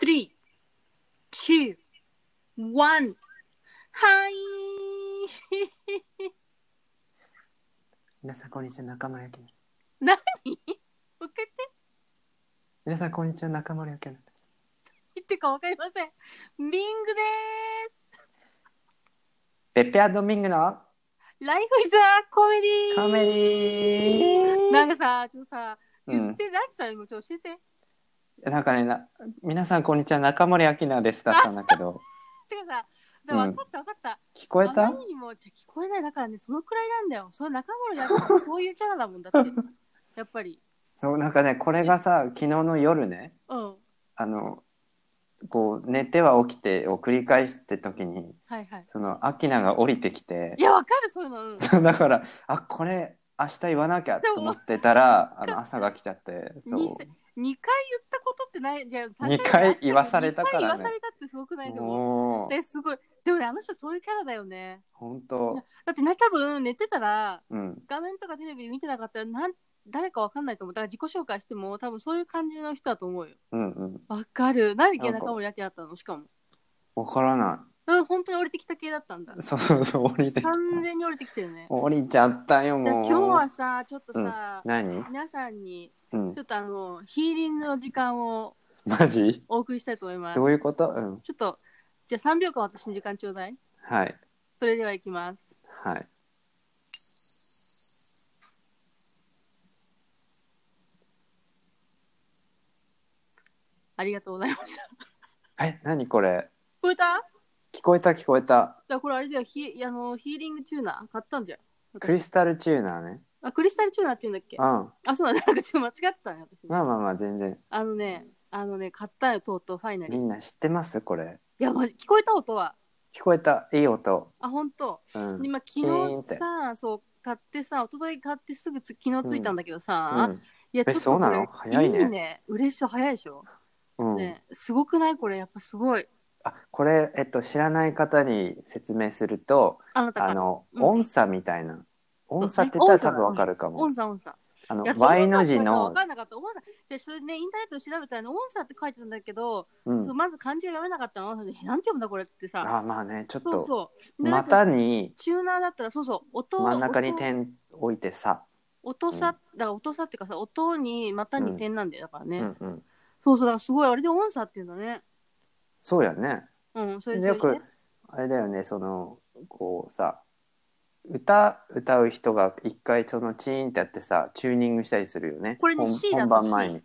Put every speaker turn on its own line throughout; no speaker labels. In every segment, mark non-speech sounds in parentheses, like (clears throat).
three, two, one. はい。
皆さんこんにちは中村ゆきの
何 (laughs) 送って
皆さんこんにちは中村ゆきの
言ってかわかりません。ミングです。
ペッペアドミングの
ライフイズアコメディ
カメディ
なんかさ、ちょっとさ、
う
言っ
ん、
て、何さんにもちょっと教えて。
なんかねな皆さんこんにちは中森明菜ですだったんだけど
てかさ、だから分かった分かった。
聞こえ
あ
た
まりにもじゃ聞こえないだからね、そのくらいなんだよ。その中森だからそういうキャラだもんだ
(laughs)
って。やっぱり。
そうなんかねこれがさ昨日の夜ね
うん。
あのこう寝ては起きてを繰り返して時に
はいはい。
その明菜が降りてきて
いや、わかる、そういうの。うん
そうだからあこれ明日言わなきゃと思ってたらあの朝が来ちゃって
に
そ
せ二回言ったことってない、いや、三
二回言わされたからね
二回言わされたってすごくないうと思う。
もう
で、すごい。でもね、あの人そういうキャラだよね。
本当
だってね、多分寝てたら、
うん
画面とかテレビ見てなかったら、なん、誰かわかんないと思う。だから自己紹介しても、多分そういう感じの人だと思うよ。
うんうん
わかる。何で
なんか
中森明菜だったのしかも。
わからな
うん、本当に降りてきた系だったんだ
(laughs) い。そうそうそう降りてきた
完全に降りてきてるね。
降りちゃったよ
だから
もう
今日はさ、ちょっとさ、
何
皆さんに、
うん
ちょっとあの、ヒーリングの時間を
マジ
お送りしたいと思います
ど。ういうことうん
ちょっと、じゃあ3秒間私に時間ちょうだい。
はい
それでは行きます。
はい
ありがとうございました。 (laughs)
え何これ
これた
聞こえた聞こえた
だこれあれだよ、ヒあのヒーリングチューナー買ったんじゃん。
クリスタルチューナーね
あ、クリスタルチューナーって言うんだっけ
うん
あ、そうなんだ。なん (laughs) かちょっと間違ってたね、私。
まあまあまあ全然
あのね、あのね、買ったよ、とうとう、ファイナリ
み
ー。い
んな知ってますこれ
や、まじ、聞こえた音は。
聞こえたいい音
あ、ほんと。
うん
今、
キーン
昨
っ
日
て
さ、そう、買ってさ、一昨日買ってすぐつ昨日着いたんだけどさ、
うん
いや、ちょっと
そうなの
これ
早いね
いいね。嬉しい、早いでしょ。
うん
ね、すごくないこれ、やっぱすごい。
あこれえっと知らない方に説明すると
あなた
あ
が。
の
うん
音差みたいな音差って言ったら多分わかるか
オ
も
ンさん、オンさん。
あの
いやそ
Y の字
音差って分
の
かんなかった。音差で、それね、インターネットで調べたらね、音差って書いてたんだけど、
うん
そうまず漢字が読めなかったの。それでえなんて読むんだこれっつってさ。
あまあねちょっ
そう
と
そう。で
ま
な
た
んか
に
チューナーだったら、そうそう、音
真ん中に
音
点置いてさ、
音差、だから音差っていうかさ、音にまた
う
に
ん
点なんだよ、だから
う
ね。
んうん、
そうそう、だからすごい、あれで音差っていうんだね。
そうやね
うん、それで。
よ
それ
く
で
あれだよねそのこうさ歌歌う人が一回そのチーンってやってさチューニングしたりするよね
これね
本
C だと
本番前に
C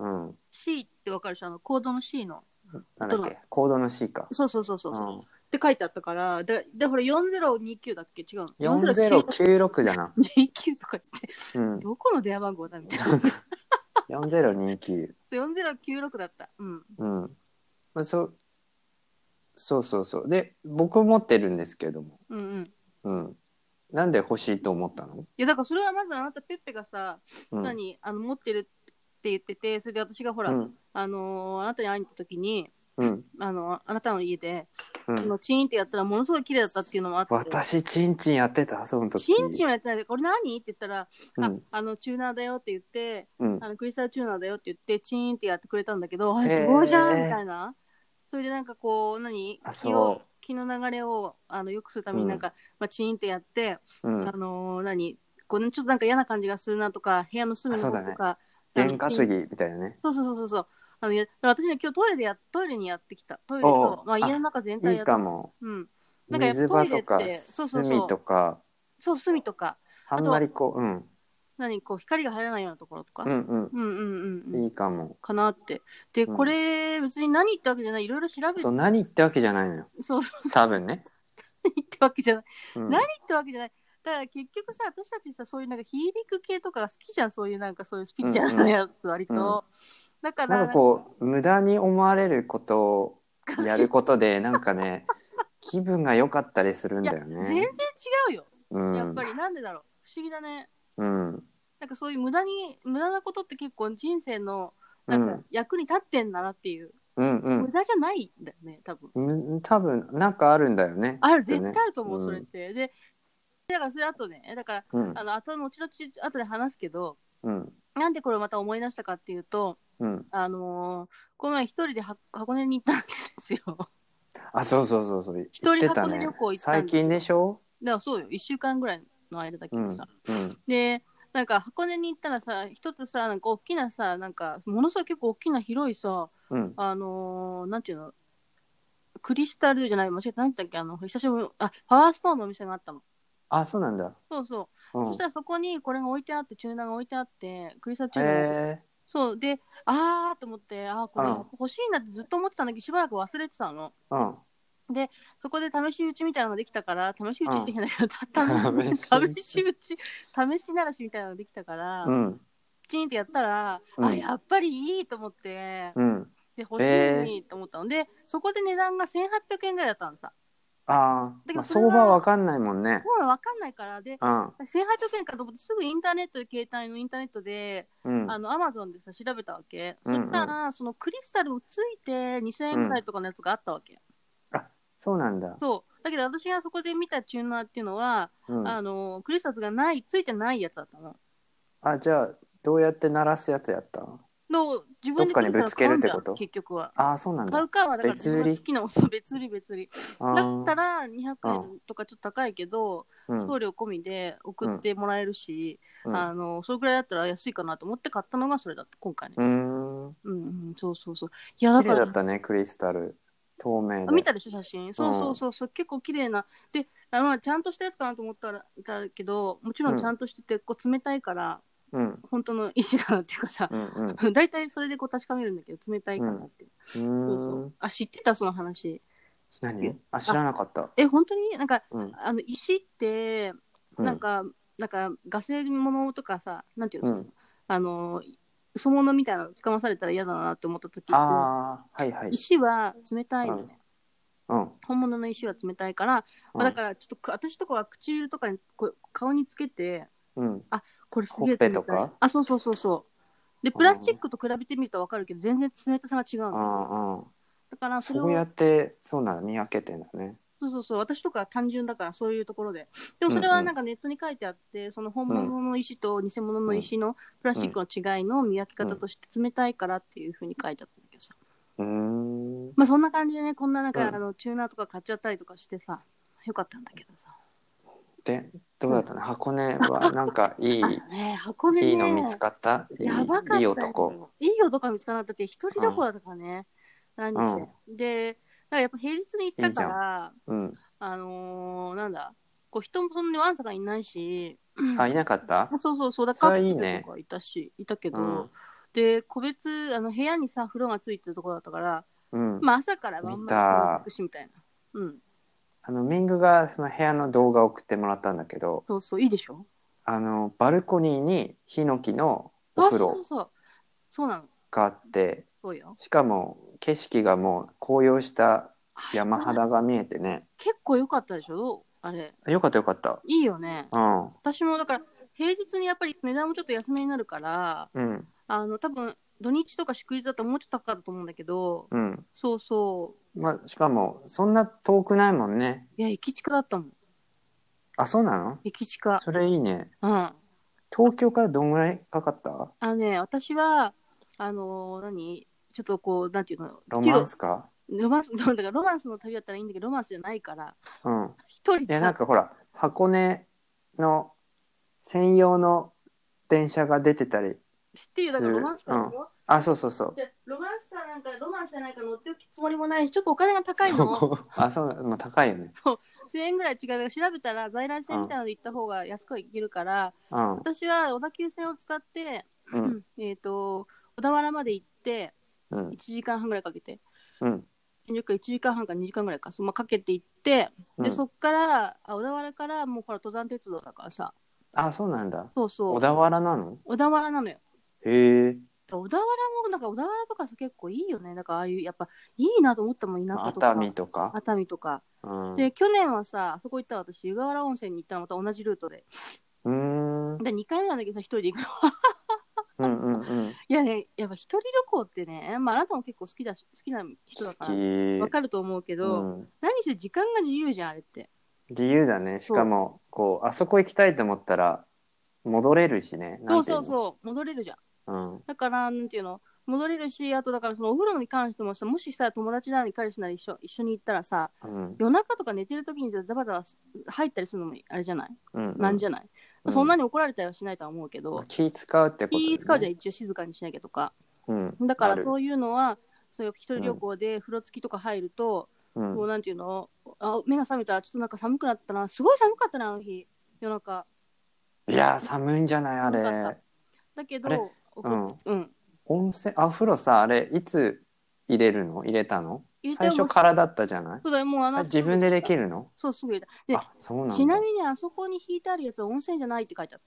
うん
C ってわかるでしょあの、コードの C の。
なんだっけコードの C か
そうそうそうそう。う
うん
って書いてあったから、で、で、ほら、4029だっけ違うの。
4096だな。
29とか言って、
うん。
どこの電話番号だみたいな。
4029。
4096だった。うん。
うん。まあ、そう、そうそうそう。で、僕持ってるんですけども。
うんうん。い
うん。なんで欲しいと思ったの
や、だからそれはまずあなた、ペッペがさ、
うん。
何、あの、持ってるって言ってて、それで私がほら、
うん。
あのーあなたに会いに行った時に、
うん。
あの、あなたの家で、
う
あ
ん。
のチーンってやったらものすごい綺麗だったっていうのもあって。
私、チンチンやってたその時。
チンチンはやってないで、これ何って言ったら、
う
あ
ん。、
あの、チューナーだよって言って、
うん。
あのクリスタルチューナーだよって言ってチーンってやってくれたんだけど、あ
へー
すごいじゃんみたいなそれでなんかこう何
あ
気を
そ
気の流れをあの良くするためになんか、まあ、チーンってやって、
うん
あ。のー何こうちょっとなんか嫌な感じがするなとか部屋の隅の
あ
方
そうだね
とかあの
験担ぎ
チーン
みたいなね。
そうそうそうそうそうあのや私ね今日トイレでやトイレにやってきたトイレ
おう
と、まあ、
あ
家の中全体
いい
やって
かも。
うん、なんかやっぱ
水場とか
トイレって、そうそうそう
隅とか、
そう隅とか
あんまりこう、うん。
何こう光が入らないようなところとか、
うんうん。
うんうんうんうん
いいかも。
かなって。で、
うん
これ、別に何言ったわけじゃない。いろいろ調べて、
そ、
そう
何言ってわけじゃないのよ。
う、そう
多分ね。
言ったわけじゃない。
う
何
ん
言ったわけじゃない。だから結局さ、私たちさ、そういうなんかヒーリング系とかが好きじゃん。そういうなんかそういうスピリチュアルなやつ、割と。
うん
だから、
なんかこう無駄に思われることをやること
(laughs)
でなんかね気分が良かったりするん
いや、
だよね。
全然違うよ。
うん、
やっぱり、なんでだろう。不思議だね。
うん
なんかそういう無駄に、無駄なことって結構人生の、
う
なんか
ん
役に立ってんだなっていう。
うん
無駄じゃないんだよね、多分。
うん多分なんかあるんだよね。
ある、
きっとね
絶対あると思う、
うん
それって。で、だからそれあとね、だから、
うん
あの、後々、後で話すけど、
うん
なんでこれまた思い出したかっていうと、
うん。
あのーこの前一人では箱根に行ったんですよ。 (laughs) だか
あ、そうそうそうそう。
人
言ってた
箱根
ね
旅行行ったんだ
最近でしょ
らそうよ、1週間ぐらいの間だけ
うん。
ど
う
さ。
ん。
で、なんか箱根に行ったらさ、一つさ、なんか大きなさ、なんか、ものすごい結構大きな広いさ、
うん。
あのーなんていうの、クリスタルじゃない、間違えた、なんだっけ、あの、久しぶり、あ、パワーストーンのお店があったの。
あ、そうなんだ。
そうそう。
うん
そし。たらそこにこれが置いてあって、チューナーが置いてあって、クリスタルチューナーが置いてあって
へえ。
そうであーと思ってあーこれ
うん
欲しいなってずっと思ってたんだけどしばらく忘れてたの
うん。
そこで試し打ちみたいなのができたから試し打ちって変だけど、
うん (laughs)
試し打ち試し打ち試しならしみたいなのができたから、
うん。
チーンってやったら、
うん
あやっぱりいいと思って
うん。
で欲しいと思ったので、そこで値段が1800円ぐらいだったのさ
あ
だけ
あ、
ど
まあ、
それは
相場わかんないもんね。
もう分かんないからで
うん。
1800円かと思ってすぐインターネットで携帯のインターネットで、
うん。
あのアマゾンでさ調べたわけ、
うんうん
そしたらそのクリスタルをついて2000円ぐらいとかのやつがあったわけ、
そうなんだ。
そう。だけど私がそこで見たチューナーっていうのは、
うん。
あの、クリスタスがない、ついてないやつだったの。
あ、じゃあ、どうやって鳴らすやつやったの
の自分で
どっかにぶつけるって
クリスタス買うん
こと
じゃん結局は。
ああ、そうなんだ。
買うかは、だから
別
自
売
分
り
の好きなおそう (laughs) 別売り別売り。
あ
だ
ー
った、ら200円とかちょっと高いけど、
うん
送料込みで送ってもらえるし、
うん
あの、それぐらいだったら安いかなと思って買ったのがそれだった、今回ね。
うーん。
うん、うん、そうそうそう。いや、だ
綺
か
麗だ
ら
っ、たね、クリスタル。透明
あ
で。
見たでしょ、写真。そうそうそうそう、結構綺麗な。で、あまあ、ちゃんとしたやつかなと思ったらいたけど、もちろんちゃんとしてて、こう冷たいから、
うん。
本当の石だなっていうかさ、
うんうん。う
大体それでこう確かめるんだけど、冷たいかなって。そうそ
ーん
う。。あ、知ってた、その話。
何あ、知らなかった。
え、本当になんか、
うん。
あの、石って、
うん
なん、か、なんか、ガセ物とかさ、なんていう
う
の、
ん。
あの、嘘物みたいなのつかまされたら嫌だなって思った時って、
ああ、はいはい。
石は冷たいのね。
うん。
本物の石は冷たいから、まあ、だからちょっとく私とかは唇とかにこう顔につけて
うん。
これすげえ冷たい
ほっぺとか
あそうそうそうそうでプラスチックと比べてみると分かるけど全然冷たさが違う
あ
の
あ、うん。
だからそれ
そうや
を
って、そうなんだ、見分けてんだね。
そうそうそう私とかは単純だからそういうところででもそれはなんかネットに書いてあって、その本物の石と偽物の石のプラスチックの違いの見分け方として冷たいからっていうふうに書いてあったんだけどさ
うーん。
まあそんな感じでねこんななんか、
うん
あのチューナーとか買っちゃったりとかしてさよかったんだけどさ
で、どうだったの箱根は、なんかいい
あ、のね (laughs) 箱根ね
いいの見つかったいい
やばかったよ
いい男。
いい男見つからなかったって一人旅行だったからね、なん、何せ、でなんかやっぱ平日に行ったから
うん。
あのー、なんだこう人もそんなにわんさかいないし、
あ、いなかった
そうそうそうだ
そ
か
れ
ら
はいいね
とかいたしいたけど、
うん。
で個別あの部屋にさ風呂がついてるところだったから、
うん。
まあ、朝からワンマン尽くしみたいなうん
あの、ミングがその部屋の動画を送ってもらったんだけど、
そうそういいでしょ
あの、バルコニーにヒノキのお
あ
風
そうそ
呂
うそうそうなの
があって、
そうよ
しかも景色がもう紅葉した山肌が見えてね、
結構良かったでしょどうあれ
よかったよかった。
いいよね
うん。
私もだから平日にやっぱり値段もちょっと安めになるから
うん。
あの多分土日とか祝日だったらもうちょっと高かったと思うんだけど
うん。
そうそ
まあ、しかも、そんな遠くないもんね。
ういや駅近だったもん
あ、そうなの
駅近
それいいね。
うんあ
東京からどんぐらいかかった
のね私はあのー何ちょっとこうなんていうの
ロマンスか
キロロマンス (laughs) だからロマンスの旅だったらいいんだけどロマンスじゃないから
うん。
一人
い
で
や、なんかほら、箱根の専用の電車が出てたり。
知ってるよだからロマンスカーだよ、
あ、そうそうそう。
じゃあロマンスカーなんかロマンスじゃないから乗っておくつもりもないしちょっとお金が高い
そ
の
こ。あ、そうなの、まあ、高いよね。
1000円ぐらい違うだから調べたら在来線みたいなので行った方が安く行けるから、
うん。
私は小田急線を使って、
うん。
えっ、と、小田原まで行って、
うん
1。時間半ぐらいかけて、
うん。
新宿から1時間半か2時間ぐらいか、そのまあかけて行って、
う
で、
ん
そっから、あ小田原から、もうこれ登山鉄道だからさ、
あ、そうなんだ。
そうそう、
小
小田
田原なの
原なのよ。
へえ。
小田原も、なんか小田原とかさ、結構いいよね。だから、ああいう、やっぱ、いいなと思ったもん、田舎と
熱
か。
海とか。
熱海とか。
うん。
で、去年はさ、あそこ行ったら私、湯河原温泉に行ったの、また同じルートで。
うーん。うん
で、2回目なんだけどさ、一人で行くの。
うんうん。
いやね、やっぱ一人旅行ってね、まあ、あなたも結構好きだし、好きな人だ
好
か
き
ら。。わかると思うけど、
うん
何せ時間が自由じゃんあれって
理由だね。しかも、こう、あそこ行きたいと思ったら、戻れるしね。
そうそう
う。
そう、戻れるじゃん。
うん。
だから、なんていうの、戻れるし、あとだから、そのお風呂に関してもさ、もしさ、友達なり彼氏なり一緒一緒に行ったらさ、
うん。
夜中とか寝てる時にさザバザバ入ったりするのもあれじゃない、
うん。
なんじゃない、
う
そんなに怒られたりはしないとは思うけど、
気使うってこと、ね。
気使うじゃん、
ん。
一応静かにしなきゃとか。
うん。
だか
あ
ら
る
そういうのは、そういう一人旅行で風呂付きとか入ると、
う。
もうんなんていうの、あ目が覚めたら、ちょっとなんか寒くなったな、すごい寒かったな、あの日、夜中。
いやー、寒いんじゃないあ
寒かっ
れ。
だけ
あれ
ど、怒
う
っ
ん。
うん、
温泉、あ、風呂さ、あれ、いつ入れるの入れたの
入れた
最
よ
初からだったじゃない
そうだよ、もうあ
あ
の
自分でできるの
そう、すぐ入れた。で
あ、そうなんだ。
ちなみにあそこに引いてあるやつは温泉じゃないって書いてあっ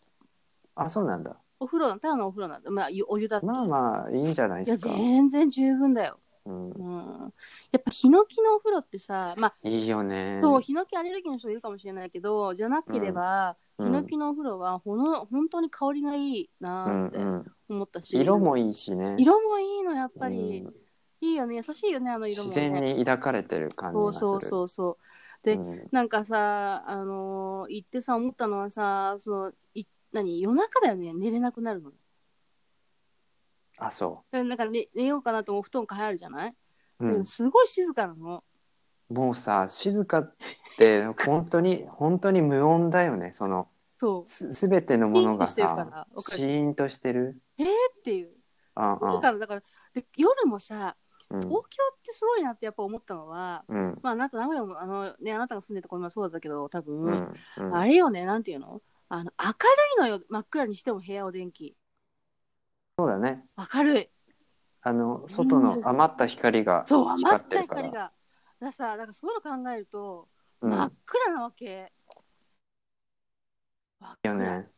た。
あ、そうなんだ。
お風呂だ、ただのお風呂なんだ。まあ、ゆお湯だって。
まあまあ、いいんじゃない
い
で
や、
すか。
全然十分だよ。
うん
う。ん。やっぱ、ヒノキのお風呂ってさ、まあ、
いいよね。
そう、ヒノキアレルギーの人いるかもしれないけど、じゃなければ、
うん
ヒノキのお風呂はほの、本当に香りがいいな
う
ー
ん
って
うん。
思ったし。
色もいいしね。
色もいいの、やっぱり。
うん
いいよね、優しいよね、あの色も、
自
ね。
然に抱かれてる感じ
そう
がする。
そうそうそう。で
うん
なんかさ、あのー行ってさ、思ったのはさ、その、い何、夜中だよね、寝れなくなるの。
あ、そ
でなんか寝寝ようかなとも布団から入るじゃない、
う。う
で
ん
も。すごい静かなの。
もうさ、静かって本当に、 (laughs) 本当に無音だよね。その、
そう。
すすべてのものが
シーンとしてるから
さ
わ、かる
シーンとしてる。
っていう。
あ
静かな、だからで、夜もさ、
うん
東京ってすごいなってやっぱ思ったのは、
うん。
まあ、あなた、名古屋も、あの、ね、あなたが住んでた頃もそうだったけど、多
う
分、
ん。うん
あれよね、なんていうのあの、明るいのよ、真っ暗にしても部屋を電気。
そうだね。
明るい。
あの、外の余った光が
そう、
光
余
っ
ってた
るか
光
ら。
が。だからさ、だからそういうの考えると、
うん。
真っ
い
暗なわけ。真っ
いよ
暗
ね。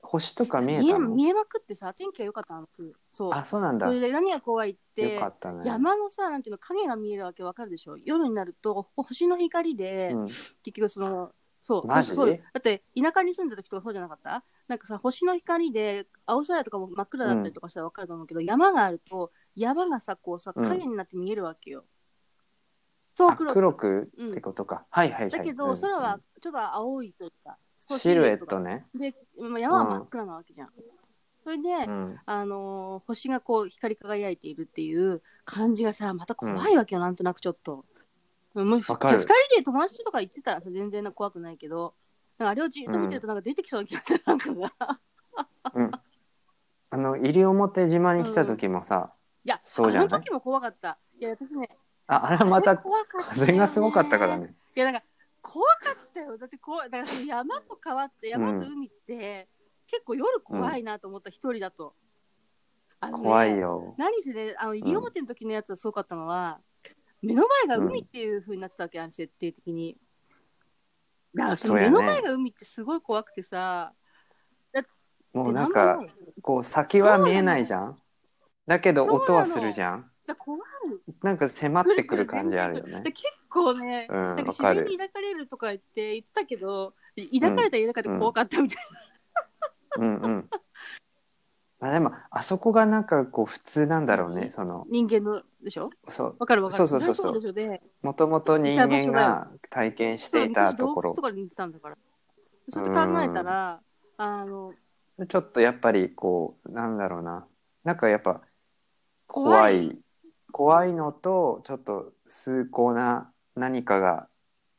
星とか見え
見え
たの
見えまくってさ、天気が良かったの。そう。
あ、そうなんだ。
それで何が怖いって、
よかったね。
山のさ、なんていうの、影が見えるわけわかるでしょ。夜になると、ほ星の光で、
うん
結局その、そう、
マジ
そうだって田舎に住んでた時とかそうじゃなかったなんかさ、星の光で、青空とかも真っ暗だったりとかしたらわかると思うけど、山があると、山がさ、こうさ、
うん
影になって見えるわけよ。そう、
あ
黒く
黒くってことか、はいはいはい
だけ
う
ど、
ん
空はちょっと青いというか、
うん
少し
シルエットね、
で、まあ山は真っ暗なわけじゃん。それで、
うん、
あのー星がこう光り輝いているっていう感じがさ、また怖いわけよ、なんとなくちょっと。もうふ
わかる
二人で友達とか行ってたらさ、全然なんか怖くないけど、なんかあれをじっと見てるとなんか出てきそうな気がする、なんかが。
うん、あの西表島に来た時もさ、
いや、
そうじゃない
あの時も怖かった。いや、私ね、
ああれはまた
怖かったよね
風がすごかったから。ね
いや、なんか怖かったよ。だって怖い。だからその山と川って、山と海って、結構夜怖いなと思った、一人だと。あのね
怖いよ
何せね、あの、西表の時のやつはすごかったのは、目の前が海っていう風になってたわけ、あの設定的に。だからその
そうや
目
ね
の前が海ってすごい怖くてさ、
も
で
うなん
何も
か
い
こう先は見えないじゃんだけど
そうなの
音はするじゃん
だから怖い。
なんか迫ってくる感じあるよ
だ
ね
から結構ね、
うん
なんか
わ
自
か
然に
る、
抱かれるとか言って言ってたけど、抱かれたら抱かれたら怖かったみたい
うんうん、まあでもあそこがなんかこう普通なんだろうねその
な人間のでしょ
そう
わかるわかる。
そうそうそうそう
れでしょで
もともと人間が体験していたと
そう昔洞
ころ
窟とかに似てたんだから。それで考えたら、あの、
ちょっとやっぱりこうなんだろうななんかやっぱ怖い怖いのとちょっと崇高な何かが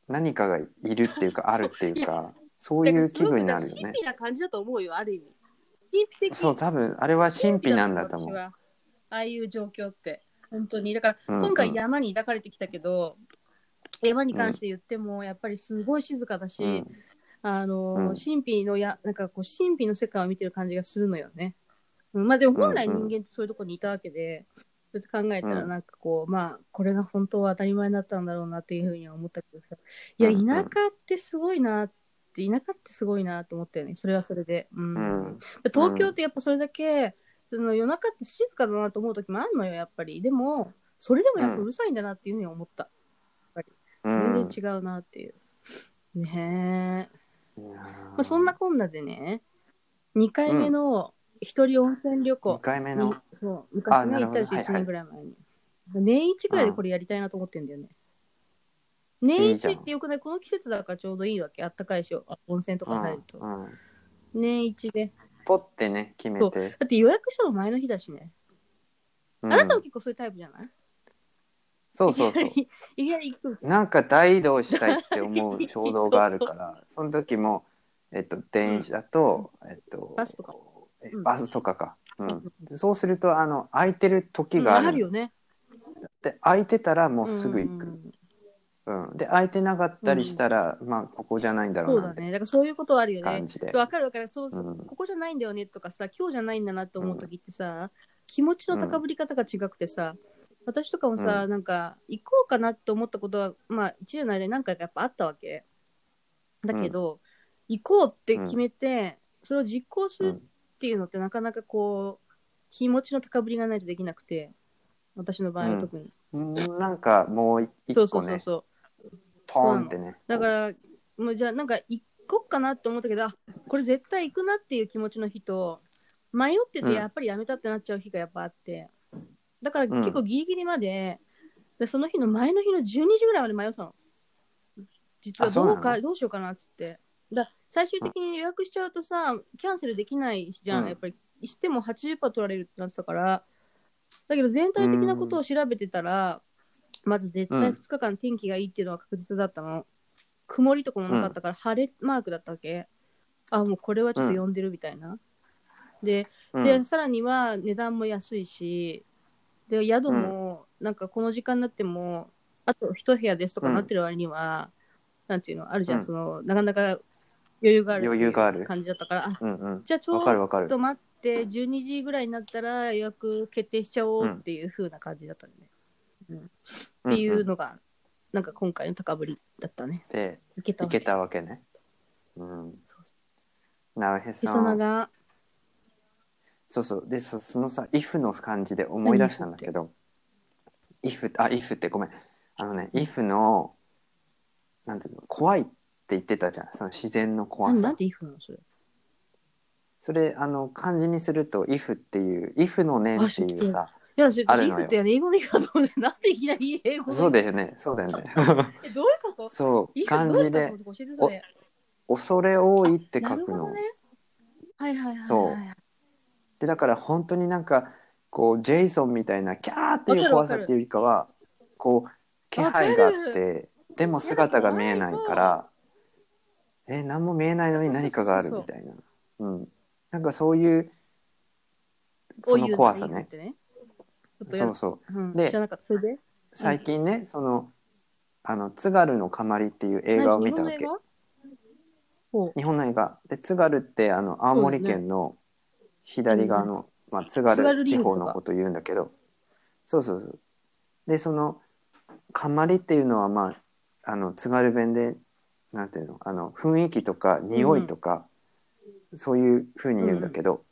何かがいるっていうかあるっていうかそういう気分にな
だから
るよ
すごく
ね
神秘な感じだと思うよ、ある意味。神秘的
そう多分あれは神秘なんだと思
私
う
はああいう状況って、本当に。だから、
うんうん
今回山に抱かれてきたけど、山に関して言っても、やっぱりすごい静かだし、
うん
あの
うん
ー、神秘のや、なんかこう、神秘の世界を見てる感じがするのよね。うん、まあでも本来
う
人
んうん
間ってそういうとこにいたわけで、そうやって考えた
う
ら
ん
なんかこう、まあ、これが本当は当たり前だったんだろうなっていうふうには思ったけどさ、いや、
うんうん
田舎ってすごいなって、田舎ってすごいなと思ったよね。それはそれで。うん。
うん
で東京ってやっぱそれだけ、その夜中って静かだなと思う時もあるのよ、やっぱり。でも、それでもやっぱうるさいんだなっていうふうに思った。
う
全
ん
然違うなっていう。ねえ。
いやー
まあ、そんなこんなでね、2回目の一人温泉旅
二
行、
回目
に
の
そう昔ね、
なる
行ったで
ほど
しょ、
はい
1
はい
年ぐらい前に。年1ぐらいでこれやりたいなと思ってんだよね。年
いいじ
一
ゃん
ってよくないこの季節だからちょうどいいわけ。あったかいし、あ温泉と
う
か入
ん
ると。
うん、
年一で。
ポッてね決めて、
だって予約したの前の日だしね。
うん
あなたも結構そういうタイプじゃない
そうそうそ
(laughs)
う
いきなり、いきなり行く。
なんか大移動したいって思う衝動があるから、その時も、えっと、電車と、えっと、
バスとか
え
うん
バスとかか。うん。そうすると、あの、空いてる時
うん
がある。
あるよね。
で、空いてたらもうすぐ行
うんうん
く。
うん
うん。で、空いてなかったりしたら、まあ、ここじゃないんだろ
そうう
な
だ
って
ね。だからそういうことはあるよね
感。じで
そう。わかるわかる。そう、
うん
ここじゃないんだよねとかさ、今日じゃないんだなって思う時ってさ、気持ちの高ぶり方が違くてさ、私とかもさ、なんか、行こうかなって思ったことは、まあ、一年の間に何回かやっぱあったわけ。だけど、行こうって決めて、それを実行す
う
る
ん
っていうのってなかなかこう、気持ちの高ぶりがないとできなくて、私の場合は特に。
うんなんかもう一
そうそ
個
うそう
ね、
そう。
ポーンってね。
だから、もうじゃあなんか行こっかなって思ったけど、あこれ絶対行くなっていう気持ちの日と、迷って
うん
てやっぱりやめたってなっちゃう日がやっぱあって、だから
ん
結構ギリギリまで、でその日の前の日の12時ぐらいまで迷ったの。実は
あそう
ど
な
う
の
か、どうしようかなっつって。だ最終的に予約しちゃうとさ、キャンセルできないじゃん、
うん
やっぱり。しても80%取られるってなってたから、だけど全体的なことを調べてたら、まず絶対
うん
2日間天気がいいっていうのは確実だったの。曇りとかもなかったから晴れマークだったわけ。あ、もうこれはちょっと読んでるみたいな。で、
うん、
で、さらには値段も安いし、で、宿も、なんかこの時間になっても、あと一部屋ですとかなってる割には、なんていうの、あるじゃん、
うん
その、なかなか余裕がある
余裕がある
感じだったから、あ、
うんうん。
じゃあちょ
わかる
う
わかる
ど。待って、12時ぐらいになったら予約決定しちゃおうっていう風な感じだったね。ってい
ん
うんのが、なんか今回の高ぶりだったね。
で、
いけた
い
わけ
けたわけね。うん。
そうそう
なるへ
で、
さ
その
ん。
が、
そうそう。で、そそのさ、if の感じで思い出したんだけど、if、あ、if ってごめん。あのね、if の、なんていうの、怖いって言ってたじゃん。その自然の怖
なんな
さ
ん。ていい風なのそれ。
それ、あの、漢字にすると、if っていう、if のねんっていうさ、
いや、ちょっ
あ
と
る
リ
のよ
フって英語でいいかと思って、なんでいきなり英語
そうだよね、そうだよね。
え、どういうこと
(laughs) そ、
いういか
漢
どうい
字
うこ
で、
と教えてそれ。
恐れ多いって
な
書
る
く
ほ
の。
どね。はいはいはいはい。
そうでだから本当になんかこうジェイソンみたいなキャーっていう怖さっていうよりかはこう気配があ
わ
っ
か
てでも姿が見えないからえ何も見えないのに
そうそう
何かがある
そうそ
み
う
たいなうんなんかそういうその怖さね
ちょっとや
そ
だ
うそう
うん
で
知らなかった。それで
最近ねそのあの津軽のかまりっていう映画を見たわけ
何日本の映画ほ
日本の映画で津軽ってあの青森県の左側の、まあ、津
津軽
軽
リ
地
ンクとか
方のこと言うんだけどそうそうそうでその「かまり」っていうのは、まあ、あの津軽弁でなんていうのあの雰囲気とか匂いとか、そういうふうに言うんだけど、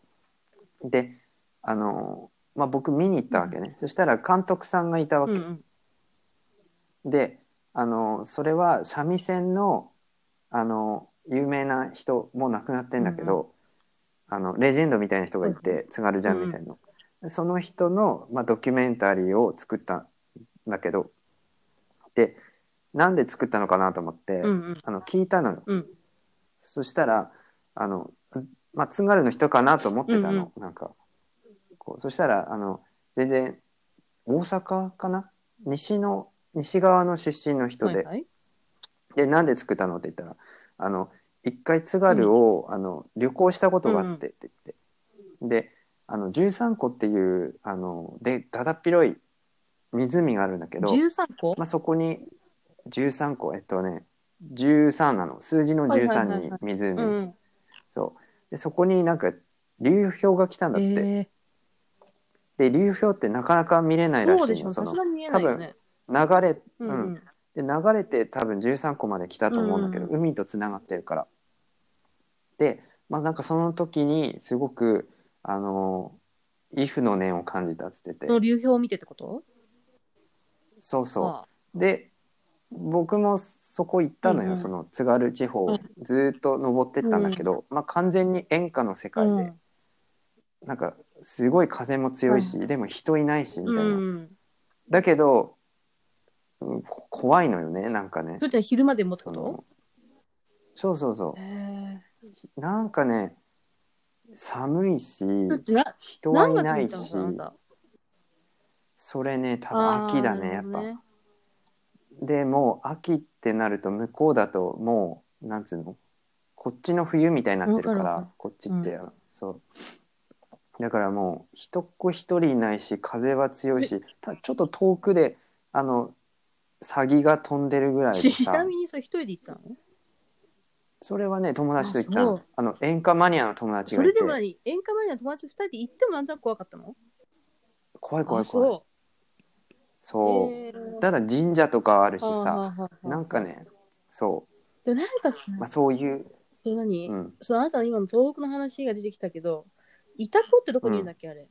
であの、まあ、僕見に行ったわけね、そしたら監督さんがいたわ
う
け、
うんうん。
であのそれは三味線のあの有名な人もう亡くなってんだけど、あのレジェンドみたいな人がいて、津軽三味線の、その人の、まあ、ドキュメンタリーを作ったんだけどでなんで作ったのかなと思って、
うんうん。
あの聞いたのよ、
うん
そしたらあの、まあ、津軽の人かなと思ってたの、なんかこうそしたらあの全然大阪かな西の西側の出身の人
は
で、
いはい。
でなんで作ったのって言ったらあの一回津軽を、あの旅行したことがあってって言って、であの13湖っていうあのでだだっ広い湖があるんだけど、
13個
まあ、そこに13個えっとね13なの数字の
はいはい
13
はい
に
はいう
湖、
ん。
そうでそこになんか流氷が来たんだって、
え
で流氷ってなかなか見れな
ー
いらし
そう
いの
でしょ。
そ
さ
の
すがに見えないよね。
流れ、
うん
うん
うん。
で流れて多分13個まで来たと思うんだけど、
うん
海とつながってるから。でまあなんかその時にすごくあの「イフの念を感じた」っつってて
その流氷を見てってこと
そうそ
あ
うで僕もそこ行ったの
う
よ、
んうん
その津軽地方
うん
ずーっと登ってったんだけど、まあ完全に演歌の世
あ
界で、なんかすごい風も強いし、でも人いないしみたいな、
うん。
だけどうんこ怖いのよねなんかね
それって昼まで持つ
そ
こと
のそうそうそ
へえ
うなんかね寒いし
それってな
人は
何
い
月
な
に行ったの
いし
あなた
それね多分秋だねやっぱ、でもう秋ってなると向こうだともうなんつうのこっちの冬みたいになってるから
わかるわかる
こっちって、そうだからもう人っ子一人いないし風は強いしただちょっと遠くであのサギが飛んでるぐらいで
ちな
さ
みにそれ一人で行ったの
それはね友達と行った
あ
の
そ
あの演歌マニアの友達
そ
がい
れ
て
でも何演歌前の友達二人で行ってもなんとなく怖かったの
怖い怖い
あ
怖い
そ
そうう、
へー
ただ神社とかあるし
はあ
さ
はあはあ
なんかねそ
でもなんかさ、
う、まあ、そういう、
それ何、
うん、
そうあなたの今の東北の話が出てきたけどイタコってどこにいるんだっけ、あれ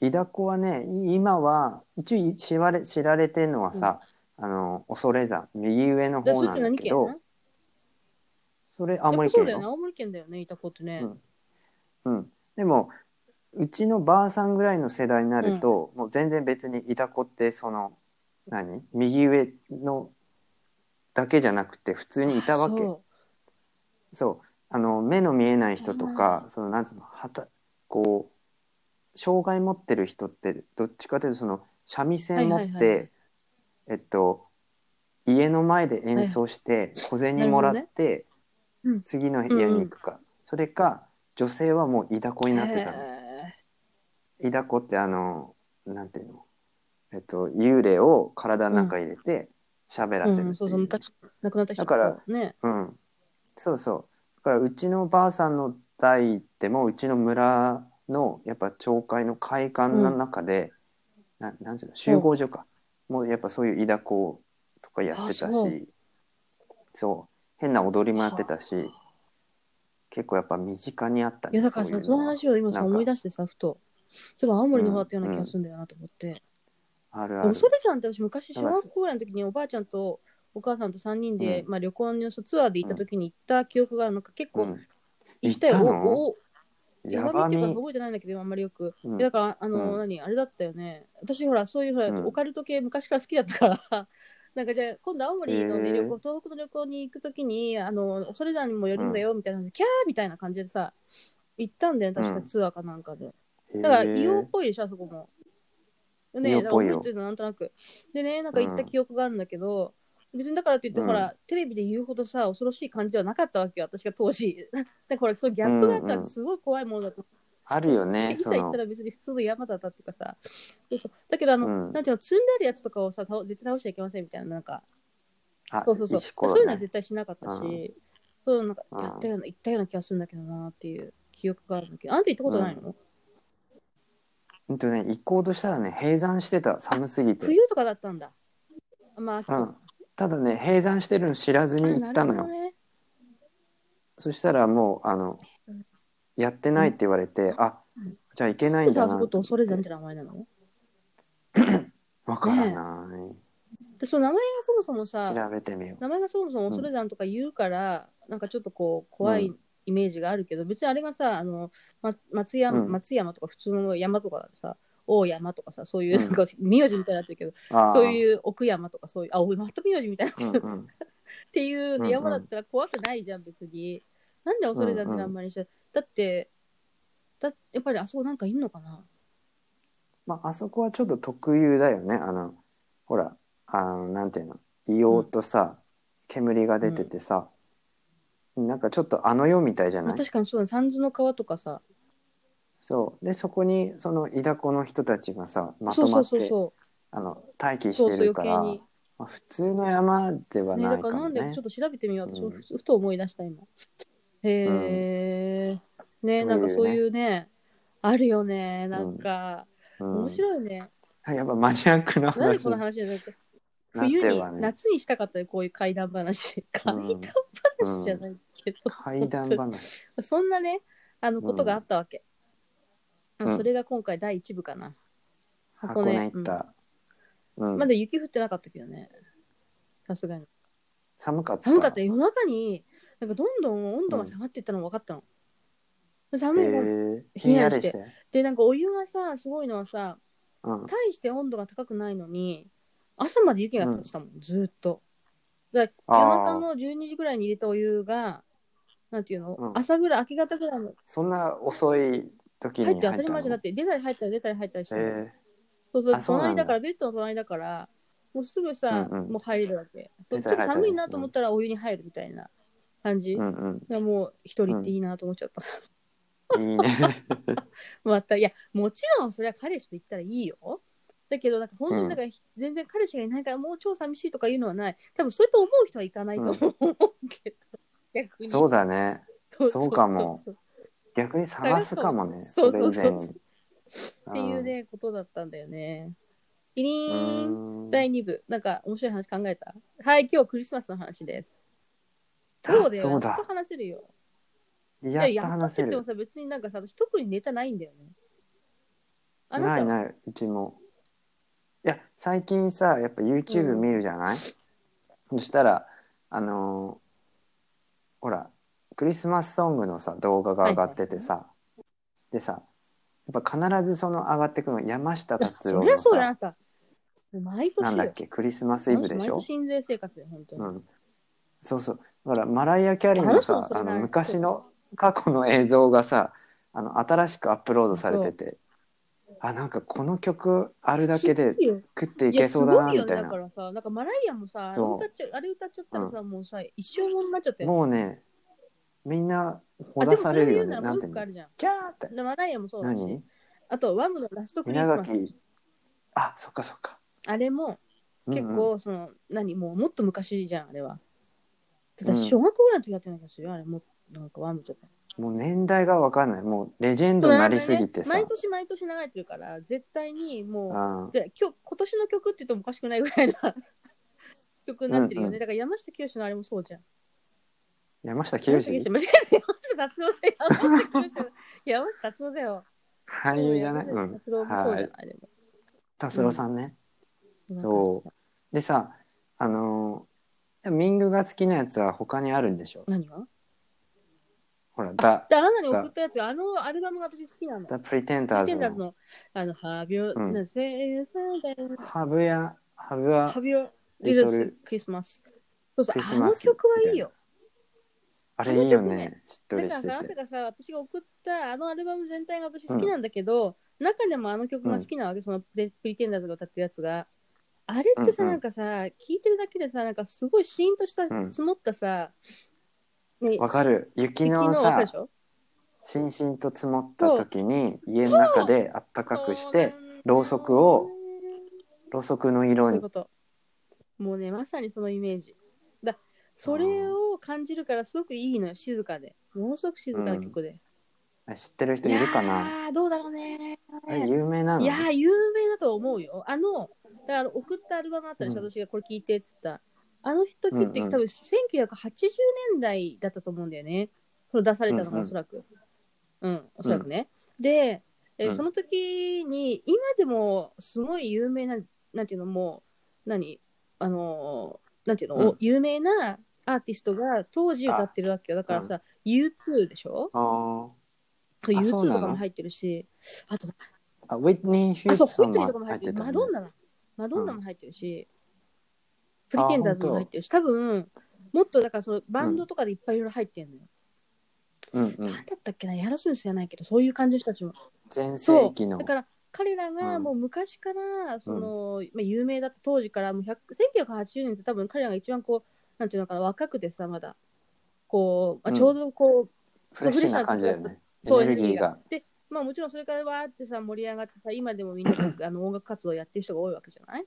イダコはねい今は一応知られ知られてるのはさ、あの恐山右上の
だから
方
それ
な
っ
ん
て何
だけ
県や
ど
な
それ青森
そう
県
だよね
の、
青森県だよねイタコってね、
うんうん、でもうちのばあさんぐらいの世代になると、もう全然別にイダコってその何右上のだけじゃなくて普通にいたわけ
そ
そうあの目の見えない人とか
う
そのなんつうのはたこう障害持ってる人ってどっちかというとその三味線持って、
はいはいはい
えっと家の前で演奏して小銭もらって、
うん
次の部屋に行くか、それか女性はもういだこになってたの。
へ
イダコってあのなんていうのえっと幽霊を体の中に入れて喋ら
ー
せ
う
るっ
ん、
て
そ
いうう
そう昔亡くなった人
だから
ね
うん、そうそうだからうちのばあさんの代でもうちの村のやっぱ町会の会館の中で、ななんていうの集合所か、もうやっぱそういういだことかやってたし
あ
そ
そうう
変な踊りもやってたし結構やっぱ身近にあった
いやだからさ
そう
そ
いう
の
のは
話を今さ
なんか
思い出してさふとそういえば青森の方だったような気がするんだよなと思って、
あるあ
でも
る
それさんって私昔小
だから
学校ぐらいの時におばあちゃんとお母さんと3人で、
う
まあ、旅行のツアーで行った時に行った記憶がなんか結
う
構
ん、
行きたよ、
行ったの
おお
や
弱
ば
み
み
っていうか覚えてないんだけどあんまりよく、
うん
だからあの、
うん
何あれだったよね私ほらそういうほら、
うん
オカルト系昔から好きだったから (laughs) なんかじゃあ今度青森の、ね
へー
旅行東北の旅行に行く時にあの恐山にも寄るんだよみたいな、キャーみたいな感じでさ行ったんだよね確か
うん
ツアーかなんかで、だから、
へえ
硫黄っぽいでしょ、あそこも。ね
硫
え、
黄
だか
っぽ
ら覚
いよ
えてるの、なんとなく。でね、なんか行っ
う
た
ん
記憶があるんだけど、別にだからって言って、
うん
ほら、テレビで言うほどさ、恐ろしい感じではなかったわけよ、私が当時。 (laughs) だから、ほらそのギャップがあった
うんう
ら、
ん
すごい怖いものだと。
あるよ
で
ね
実
そ
際行っ
の
たら別に普通の山だったっていうかさ。そうそうだけど、あの、
うん
なんていうの、積んであるやつとかをさ、倒絶対倒しちゃいけませんみたいな、なんか、
あ
そうそうそう。
石ころ
そういうのは
ね
絶対しなかったし、
うん
そう、なんか、
うん
やったような、行ったような気がするんだけどなっていう記憶があるんだけど、あんた行ったことないの、
うんとね行こうとしたらね閉山してた寒すぎて
冬とかだったんだ。まあ、秋と
う
か
ん、ただね閉山してるの知らずに行ったの
あなるほ
よ、
どね
そしたらもうあの
うん
やってないって言われて、あ
うん
じゃあ行けない
なんで
ん
さ
だ
あそ
な
こって恐れ山って名前なの
わからない、
でその名前がそもそもさ
調べてみよ
名前がそもそも恐れ山とか言うから、なんかちょっとこう怖
う
いイメージがあるけど、別にあれがさあの、ま、松山、
うん
松山とか普通の山とかだとさ大山とかさそういううんなんか名字みたいになってるけど、
うあー
そういう奥山とかそういうあまた名字みたいになって
う
る (laughs)
んうん
っていう
うんうん
山だったら怖くないじゃん、別に。なんで恐れ山って名前にした、だってだやっぱりあそこなんかいんのかな
まああそこはちょっと特有だよねあのほらあのなんていうの硫黄とさ、煙が出ててさ、なんかちょっとあの世みたいじゃ
ま
な
あ、
い
確かにそうだ、三途の川とかさ、
そうでそこにそのイダコの人たちがさま
そ
と
うそ
ま
う
って
そうそ
あの待機
う、
し
そう
て
そう
る
余
か
計
ら
に。
まあ、普通の山では
ね、
な
だ
い
か
から
な
も
んで
ね
ちょっと調べてみよう、私も
うん
ふふと思い出した今。へえ、ね、
うん
なんかそういうね、あるよね、なんか、
うん
面白いね。
やっぱマニアックな
なんで
話
この話じゃなくて、
なっ
冬
て
に、
はね
夏にしたかったよ、こういう怪談話。怪談話じゃないけど、
怪談話
そんなね、あのことがあったわけ。
ん
あそれが今回第一部かな。
箱根行った、うん
うんまだ雪降ってなかったけどね、さすがに。
寒かった
寒かった夜中になんかどんどん温度が下がっていったのが分かったの、
え
寒い方
ー、ひ
ひ
ん
ん
や
や
り
り
し
して
て、
でなんかお湯がさすごいのはさ
うん、
大して温度が高くないのに朝まで湯気が立ってたもん、ずーっと。だから夜中の12時ぐらいに入れたお湯が、なんていうの、
うん
朝ぐらい、明け方ぐらいの、
そんな遅い時に
入
入
っ
ってた
当
の
たり前じゃなくて、出たり入ったり出たり入ったりしてる、
え
そうそう
あそうなん
隣
だ
だから、ベッドの隣だから、もうすぐさ、
うんうん
もう入れるわけ。そうち
出た
ょっ
り入ったり
と寒いなと思ったらお湯に入るみたいな感じ。
ーう
い
んうん
やもう一人っていいなと思っちゃった。
い
(laughs)
いね
また、いや、もちろんそれは彼氏と行ったらいいよ。だけど、なんか本当
うん
になんか、全然彼氏がいないから、もう超寂しいとかいうのはない。多分、そうやって思う人はいかないと思うけど、逆に。
そうだね
そう
そうかも
そう
逆に探すかもね
そう
れ
そう
以
そ
前
う
に
そう。っていうね、ことだったんだよね。キリ
う
ーン、
ん
第2部。なんか、面白い話考えたはい、今日クリスマスの話です。
あ
そうだよ。
そう
や
だ
っと話せるよ。
やっ
い
と話せ
ややっとって言っても
る
さ、別になんかさ、私特にネタないんだよね。あなたは
ないないうちもいや最近さやっぱ YouTube
うん
見るじゃない、そしたらあのーほらクリスマスソングのさ動画が上がっててさ、でさやっぱ必ずその上がってくの山下達
そ
郎
りゃ
の
そうだよ、あ
さ
なた。毎年よ
なんだっけクリスマスイブでし
毎
ょ
年印税生活で、本当に。
うん、そうそうだからマライア・キャリーの
あ
さ
の人もそ
あ
れ
の
ない
昔の過去の映像がさあの新しくアップロードされててあなんかこの曲あるだけです
ごいよ
食ってい
い
け
や、
そうだな
すごいよ
み
ね
たい
だ
な
からさ、なんかマライアもさ、あれ
そう
歌っちゃあれ歌っちゃったらさ、もうさ、一生もんになっちゃったよね。
もうねみんなほ
あ、で
だ
も
さ
そ
れ
れを
る
言
よ
う
ね
な
な
らもうん
て
一
いう
個あ
の
るじゃん。
キャーって
でマライアもそうだし、
何
あとワムのラストクリス
稲
マス。
垣あそっかそっか
あれも
うんう
結
ん
構、その、何、もうもっと昔じゃん、あれは。
うん
私、小学校ぐらいの時やってない気がするよ、あれも。なんかワムとか。
もう年代がわかんないもうレジェンドになりすぎてさ、
毎年毎年流れてるから、絶対にもう、
うん
で今日今年の曲って言ってもおかしくないぐらいな (laughs) 曲になってるよね、
うんう
だ
ん
から山下清のあれもそうじゃん
山下清
山下清間違えた山下達郎だよ山下清
(laughs)
の山下達郎だよ
俳優じゃない
山
う
下
ん
達郎もそうじゃない、で
達郎さんね、
も
そうでさあのーミングが好きなやつは他にあるんでしょ
何が
ほら「ダ
であなたに送ったやつあのアルバムが私好きなの
ダプリテン
プ
ダ
リ
ー
テ
ズ
ンダーズ
の
のあの「ハビオ、
うん
なせいさだよ
ハブやハブは
ハビオ
リ
リ
ト
ル
ル
スクリスマス」そうそう
クリス
あ
マ
の
ス
曲はいいよ
あれいいよ
あの曲
ねしっと
だ
り
から
し
さ、あなた
てて
がさ、私が送ったあのアルバム全体が私好きなんだけど、中でもあの曲が好きなわけ、そのでプリテンダーズが歌ってるやつが。あれってさ、
うんうん
なんかさ、聞いてるだけでさ、なんかすごいシーンとした、
ん
積もったさ、ね、
わかる雪の
わかるで
さ
しょ
しんしんと積もった時に家の中であったかくして、ろうそくをろうそくの
そ
色
ういう
に
こと。もうね、まさにそのイメージ。だそれを感じるから、すごくいいのよ、静かで。ものすごく静かな曲で。
知ってる人いるか
い
な
やーどうだろうね。
あれ有名なの
いやー有名だと思うよ。あの、だから送ったアルバムあったでしょ、
うん
私がこれ聞いてっつった。あの時って、
うんうん
多分1980年代だったと思うんだよね。それ出されたの
うんう
が
ん
おそらく。うん、おそらくね。で、えー
うん
その時に、今でもすごい有名な、なんていうの、もう、何あのーなんていうの、
うん
有名なアーティストが当時歌ってるわけよ。だからさ、U2 でしょ
あー
そう
あ
?U2
そうなの
とかも入ってるし、あと
あウィットニー・ヒュー
あ、
ズ
そう、
さ
ホ
ん
イットニーとか
も
も入
入っ
って
て
る。
た
マ
ね
ドンナだ。マドンナも入ってるし、プリテンダーズも入ってるし、多分、もっとだからそのバンドとかでいっぱいいろいろ入ってるのよ。
うんうん
なんだったっけな、ヤラスミスじゃないけど、そういう感じの人たちも。
全
そ
盛期
う。
の
だから、彼ら
う
が
ん
もう昔から、その、まあ、有名だった当時から、もう100 1980年って多分彼らが一番こう、なんていうのかな、若くてさ、まだ。こう、まあ、ちょうどこう、
フレッシュな感じだよね
(clears throat)
エ
そう
ネルギーが。
で、まあもちろんそれからわーってさ、盛り上がってさ、今でもみんなあの音楽活動やってる人が多いわけじゃない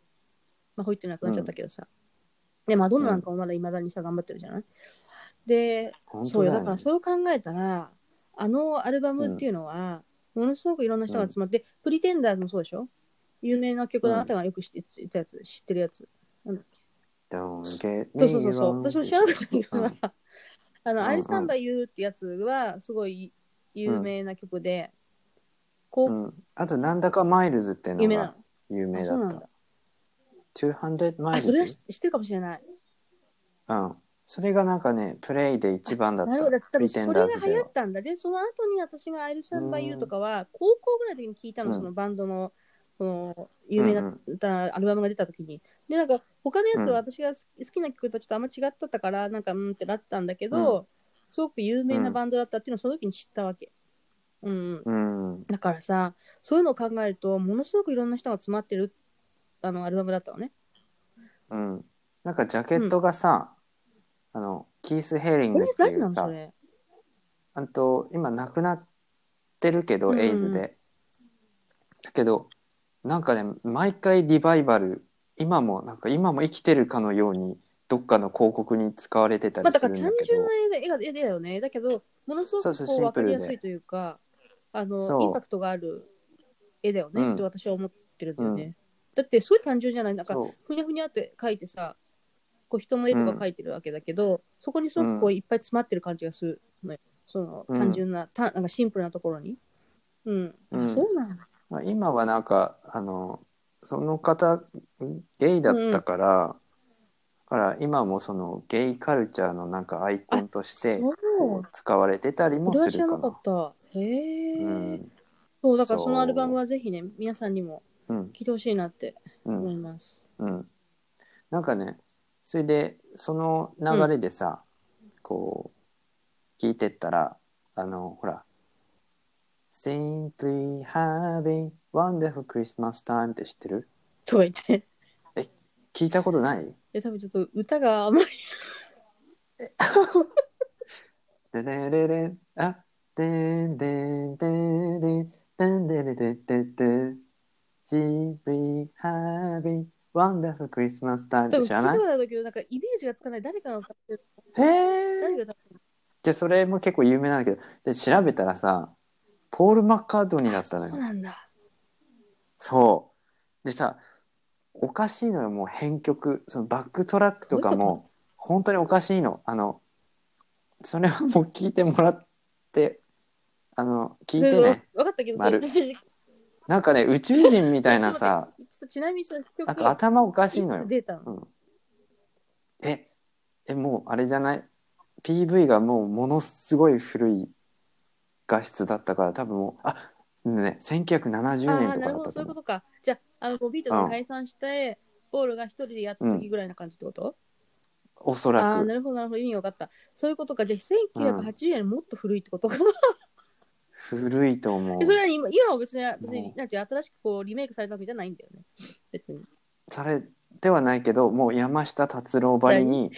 まあ、ホイットなくなっちゃったけどさ。で、マドンナなんかもまだいまだにさ、頑張ってるじゃないで、
本当
そうよ、だ
ね
からそれを考えたら、あのアルバムっていうのは、ものすごくいろんな人が集まって、プリテンダーズもそうでしょ有名な曲
う
の
ん
あなたがよく知ってたやつ、知ってるやつ。なんだっけ
Don't get
そうそう
me
そうそう。
wrong
私も知らなかったけどさ、 (laughs) あ
うん
の、アイスタンバイユーってやつは、すごい有名な曲で、こ
う
う、
ん、あとなんだかマイルズっての
有名な
が
の。
有名だ
あそう
っ
なん
た
だ。
200マ
あ、
イ
それ
ル
は
ズ
知ってるかもしれない。
うん。それがなんかね、プレイで一番だっ
なるほど。
た。
多
プ
分
リテ
そ
ン
れ
ダ
が
ーズ
流
で
行
は
っ。たんだ。で、その後に私がアイルスタンバイユーとかは、高校ぐらいの時に聞いたの、
うん
そのバンドのその有名
うん
なアルバムが出た時に、でなんか他のやつは私が好き,、好きな曲とちょっとあんま違ったったからなんかうんってなったんだけど、すごく有名なバンドだったっていうのをその時に知ったわけ、うん、
うん
だからさそういうのを考えるとものすごくいろんな人が詰まってるあのアルバムだったのね
うんなんかジャケットがさ、あのキース・ヘリン
こ
グ
れ
ってい
誰な
う
の
さ
それ
あと今亡くなってるけ
う
ど、
んうん
エイズでだけどなんかね毎回リバイバル今もなんか今も生きてるかのようにどっかの広告に使われてた
まあ
り
だ
す
か
る
ら
んだ
単
けど、
純な絵が絵だよねだけどものすご
そう
く
そ
こ
う
う
シン
分
プ
か
ル
り
で
やすいというかあ
そう
のインパクトがある絵だよ
うん
ねって私は思ってるんだよね、
う
だってすごい単純じゃないなんか
そう
ふにゃふにゃって描いてさこう人の絵とか描いてるわけだけど、そこにすごくこ
う
ういっぱい詰まってる感じがするのよその
うん
単純な,、たなんかシンプルなところにうん、あ
うん
そうなんだ
まあ、今はなんかあのその方ゲイだったから、だから今もそのゲイカルチャーのなんかアイコンとして
そう
こう使われてたりも
これは
す
知ら
る
な
か
か
な
っ。たへえ、
うん
そうだからそ
そう
のアルバムはぜひね皆さんにも
うん
聴いてほしいなって
う
思い
ん
ます、
うん、なんかねそれでその流れでさ、こう聞いてったらあのほら「Simply having wonderful Christmas time」って知ってる
とか言って (laughs)
聞いたことない
え、多分ちょっと歌があまり、
でででであでででででででででで Simply having wonderful Christmas time っ
多
て
分
知ら
聞いた
ない
ことあるんだけど、なんかイメージがつかない。誰かが歌ってる。
へえ
誰が歌ってる。
でそれも結構有名なんだけどで調べたらさポール・マッカートニーだったの
そう
よ
なんだ。
そうでさおかしいのよもう編曲そのバックトラックとか
どういう
も本当におかしいのあのそれはもう聞いてもらってあの聞いてね
分かったけど、それ
丸
(laughs) ちょ
なんかね宇宙人みたいなさ
っとちなみにその曲
なんか頭おかしいの
い
よ
つ、出たの
うん、ええもうあれじゃない PV がもうものすごい古い画質だったから多分もうあね1970
あ
年
あ、な
とか
る
だっ
ほど、
た
そう
と
いうこ
思う
とか。じゃあ、あの、もうビートが解散して、ポールが一人でやった時ぐらいな感じってこと、
おそ
あ
ら
あ、
く
なるほど、なるほど。意味が分かった。そういうことか。じゃあ、1980年もっと古いってことか。
古いと思う
でそれは今今は別に、別
う
に
ん、
なんていう新しくこうリメイクされたわけじゃないんだよね。別に。
されではないけどもう山下達郎ばりに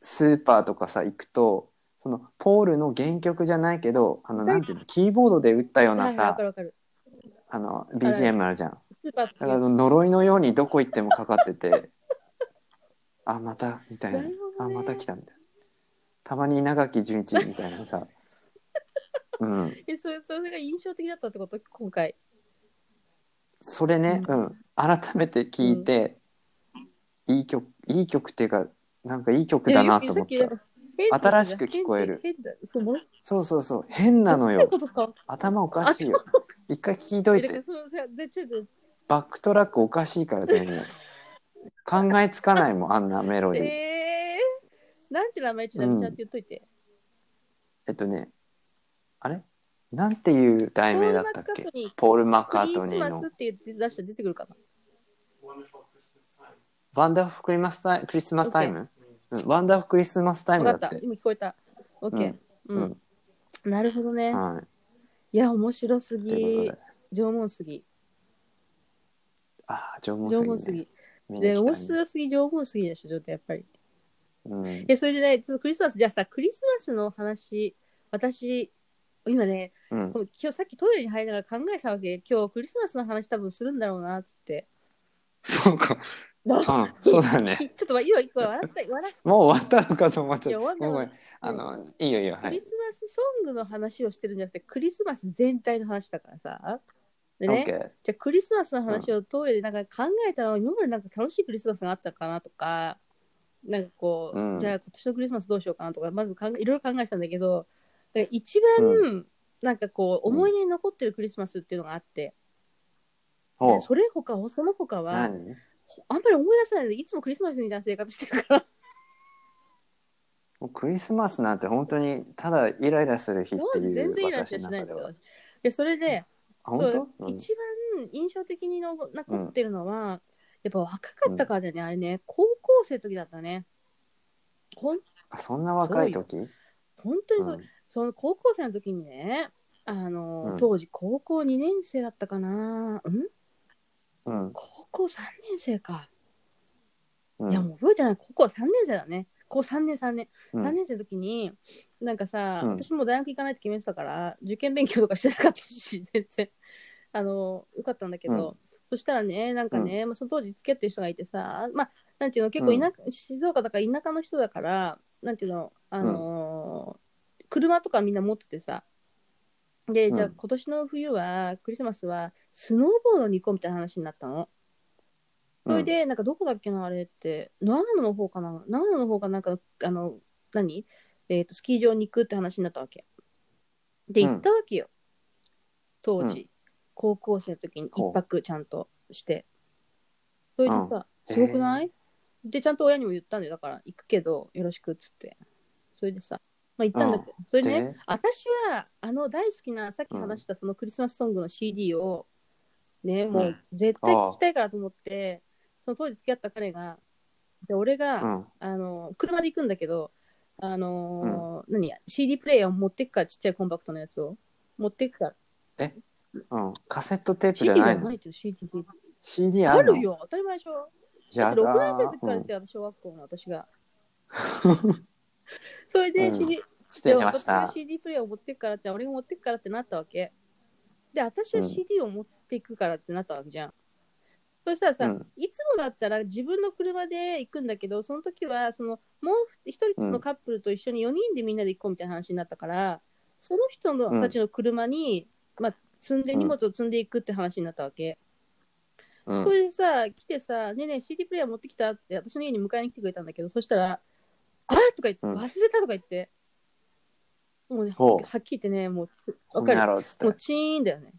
スーパーとかさ行くとそのポールの原曲じゃないけどあのなんていうのキーボードで打ったよう
はいは、
ない
分
さ
かる分かる。
あの BGM あるじゃん
スーパーと
だ
か
からあの呪いのようにどこ行ってもかかってて (laughs) あまたみたいな
なるほ
あ
どね
また来たみたいなたまに稲垣潤一みたいな (laughs) さうん
えそれそれが印象的だったってこと今回
それね、う
うん
改めて聞いて、いい曲いい曲っていうかなんかいい曲だなと思っ
いやさきなん
た
か変って
新しく聞こえる
変って変だそうものす
そうそうそう変なの
ごい
(laughs) よ
ことか
頭おかしいよ一回聞いと
え
い
だから
て
そのさでちょっと
バックトラックおかしいから全部考えつかないもんあんなメロディー、
えー、なんて名前ちなみにちゃんと言っといて、
えっとねあれなんていう題名だったっけ
に
ポール・マッカー
ク
ト
リス
ニー
マス
の
って言って出したら出てくるかな
「ワンダフルクリスマスタイム」クリスマスタイムうんワンダフルクリスマスタイムだ
分
っ
かった
て。
今聞こえた OK
う
うんん、
う
うんん、なるほどね、
はい
や面白す
い。とい
ぎ
うことで。
縄文杉
ああ、縄
縄
文
文
杉ね
杉、。
見に
で
行
面
きたいね
白すぎ縄文杉でしょちょっとやっぱり
うん
え、それでね、ちょっとクリスマス、じゃあさ、クリスマスの話、私、今ね、
うん
この今日さっきトイレに入りながら考えたわけ、今日クリスマスの話多分するんだろうな、つって。
そうか。
な
うん、そうだね
き。ちょっとま今、今笑った、
(laughs)
笑っ
もう終わったのかと思っちゃ
いや
っ
終わん
た。
ない
ごめん。あの、いいよいいよ。
た。ク
は
リ
い。
スマスソングの話をしてるんじゃなくて、クリスマス全体の話だからさ。
オ
で
ッ
ね
ケ、ー。
じゃあクリスマスの話をトイレでなんか考えたの、今までなんか楽しいクリスマスがあったかなとか、なんかこう、
うん
じゃあ今年のクリスマスどうしようかなとか、まず考えいろいろ考えてたんだけど、なんか一
う
番なんかこう、思い出に残ってるクリスマスっていうのがあって、
ほう
で。それ他は、その他は、
何
あんまり思い出せないので、いつもクリスマスみたいな生活してるから、
もうクリスマスなんて本当にただイライラする日っ
日
て
本
いう
全然イライラし
私
てし
の
ない
中
ん
で
だ
は
よ。。で、それで、
あ
そ
本
う
当、うん
一番印象的にの残ってるのは、やっぱ若かったからだよね、あれね高校生の時だったねほん
あそんな若い時
本当にそう、
うん
その高校生の時にねあの、
うん
当時高校2年生だったかなうん
うん
高校3年生か、
う
いや
ん
もう覚えてない高校3年生だね高校3年3年、
うん
3年生の時になんかさ、
うん
私もう大学行かないって決めてたから受験勉強とかしてなかったし (laughs) 全然あの受かったんだけど、
う
そしたらねなんかね、まあ、その当時付き合ってる人がいてさまあなんていうの結構田舎、静岡だから田舎の人だからなんていうのあのー車とかみんな持っててさでじゃあ
うん
今年の冬はクリスマスはスノーボードに行こうみたいな話になったの。それで、なんかどこだっけな、あれって、長野の方かな、長野の方かなんか、あの、何えっ、と、スキー場に行くって話になったわけ。で、
うん
行ったわけよ。当時、
う
高校生の時に
ほう
一泊ちゃんとして。それでさ、
うん
すごくない、で、ちゃんと親にも言ったんだよ、だから、行くけど、よろしくっつって。それでさ、まあ行ったんだけど、それでね、
で
私はあの大好きなさっき話したそのクリスマスソングの CD を、ねもう絶対聴きたいからと思ってその当時付き合った彼がで俺が、
うん
あの車で行くんだけどあのー何 CD プレイヤーを持ってくからちっちゃいコンパクトのやつを持ってくから
うんカセットテープじ
CD
ゃな
が
いの
ないと CD
CD あ
あ
るの
るよ当たり前でしょだ
や
っ
だ
て6年生の時から
ー
や
う
っ
ん
て小学校の私が (laughs) それで
うん
CD、
失
で
礼しまし
私が
た
CD プレイヤーを持ってくからじゃあ俺が持ってくからってなったわけで私は
うん
CD を持っていくからってなったわけじゃん、そしたらさ、
うん
いつもだったら自分の車で行くんだけどその時はそのもう一人のカップルと一緒に4人でみんなで行こうみたいな話になったから、その人のたちの車に、まあ、積んで荷物を積んでいくって話になったわけ、
うん
それでさ、来てさ、ねえねえ、CD プレイヤー持ってきたって、私の家に迎えに来てくれたんだけど、そしたら、あーとか言って、
うん
忘れたとか言って、もうね、
ほう
はっきり言ってね、もう、
こ
わ
ん
か
な
る。
ろっつって
もうチーンだよね。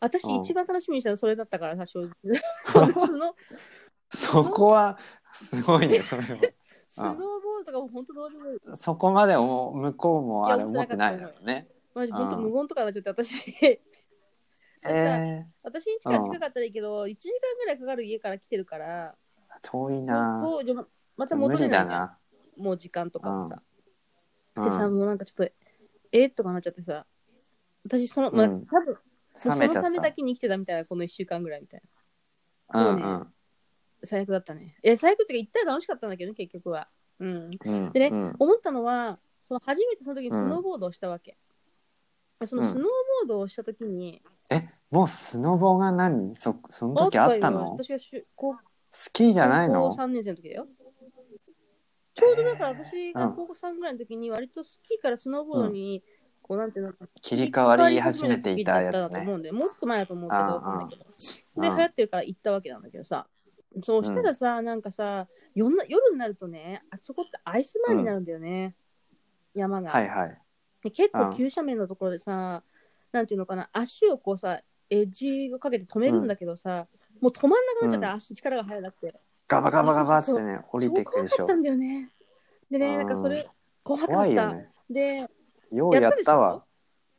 私、
うん
一番楽しみにしたのそれだったからさ、
(laughs)
正直。その、スノ
そこはす
(laughs)
ごいねそれは
スノーボードとかも本当どうでもいい。
そこまでも向こうもあれ
いや
持ってないだろうね。
マジ、本当
うん
無言とかになっちゃって、私、 (laughs)
ええ
私んちから近かったらいいけど、1時間ぐらいかかる家から来てるから、
遠いな。
そう当時もまた
無
戻れ
理
な
だ
いじゃん
な。
もう時間とかもさ。
うん
でさ、もうなんかちょっと、えーとかなっちゃってさ、私その、まあ、
うん
多分、もうそ
冷め
の
ちゃった
めだけに生きてたみたいな、この1週間ぐらいみたいな。
うんう
も
ん
最悪だったね。いや、最悪っていうか、一旦楽しかったんだけどね、結局は。うん。
うん。
でね
うん
思ったのは、その初めてその時にスノーボードをしたわけ。でその
うん
スノーボードをした時に、
え、もうスノボが何そ、その時あったの
私がしゅ高校
スキーじゃないの
3年生の時だよ。ちょうどだから私が高校3ぐらいの時に、割とスキーからスノーボードに、こうなんていうの
切り替わり始めていたや
だ
つ
と思
ね。
うんで、もうちょっと前だと思うけど、
ああ
わかんないけど
あ
で、
あ
流行ってるから行ったわけなんだけどさ、そうしたらさ、なんかさ、夜な夜になるとね、あそこってアイスバーになるんだよね、山が、
はいはい。
で。結
う
構
ん
急斜面のところでさ、なんていうのかな、足をこうさ、エッジをかけて止めるんだけどさ、もう止まんなくなっちゃって、
うん
足力が入らなくて、
ガバガバガバって
そうそう
ね、降りていく
怖
でし
か
ょ
った。んだよね。でね、なんかそれ、怖かった。
怖いよね。
で、
ようやったわ。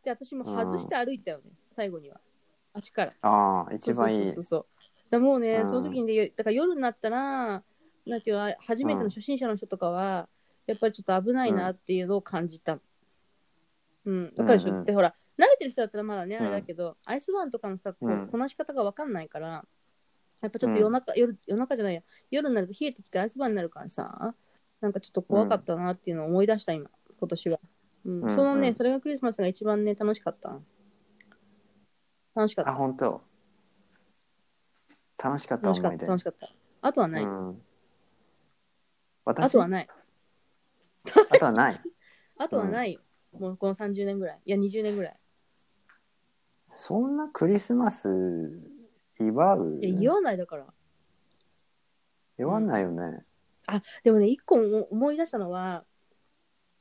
で、私も外して歩いたよね、最後には。足から。
ああ、一番い
そう
い
そう。そうそうだもうね、
うん
その時にでだから夜になったらなんていうの初めての初心者の人とかは、やっぱりちょっと危ないなっていうのを感じたうんわかるでしょ、
うんうん
でほら慣れてる人だったらまだね
うん
あれだけど、アイスバーンとかのさこ
う
うんこなし方がわかんないからやっぱちょっと夜中、夜夜中じゃないや夜になると冷えてきてアイスバーンになるからさなんかちょっと怖かったなっていうのを思い出した今今年は、うん
うん
そのね、
うん
それがクリスマスが一番ね楽しかったな楽しかった
あ、本当。楽しかった
楽しかっ
思い
た、
出。
楽しかった。あとはない。
うん。
あ
私
とはない。
あとはない。
あとはないよ。もうこの30年ぐらい。いや、20年ぐらい。
そんなクリスマス祝う
いや、言わないだから。
祝わないよね。
でもね、一個思思い出したのは、だか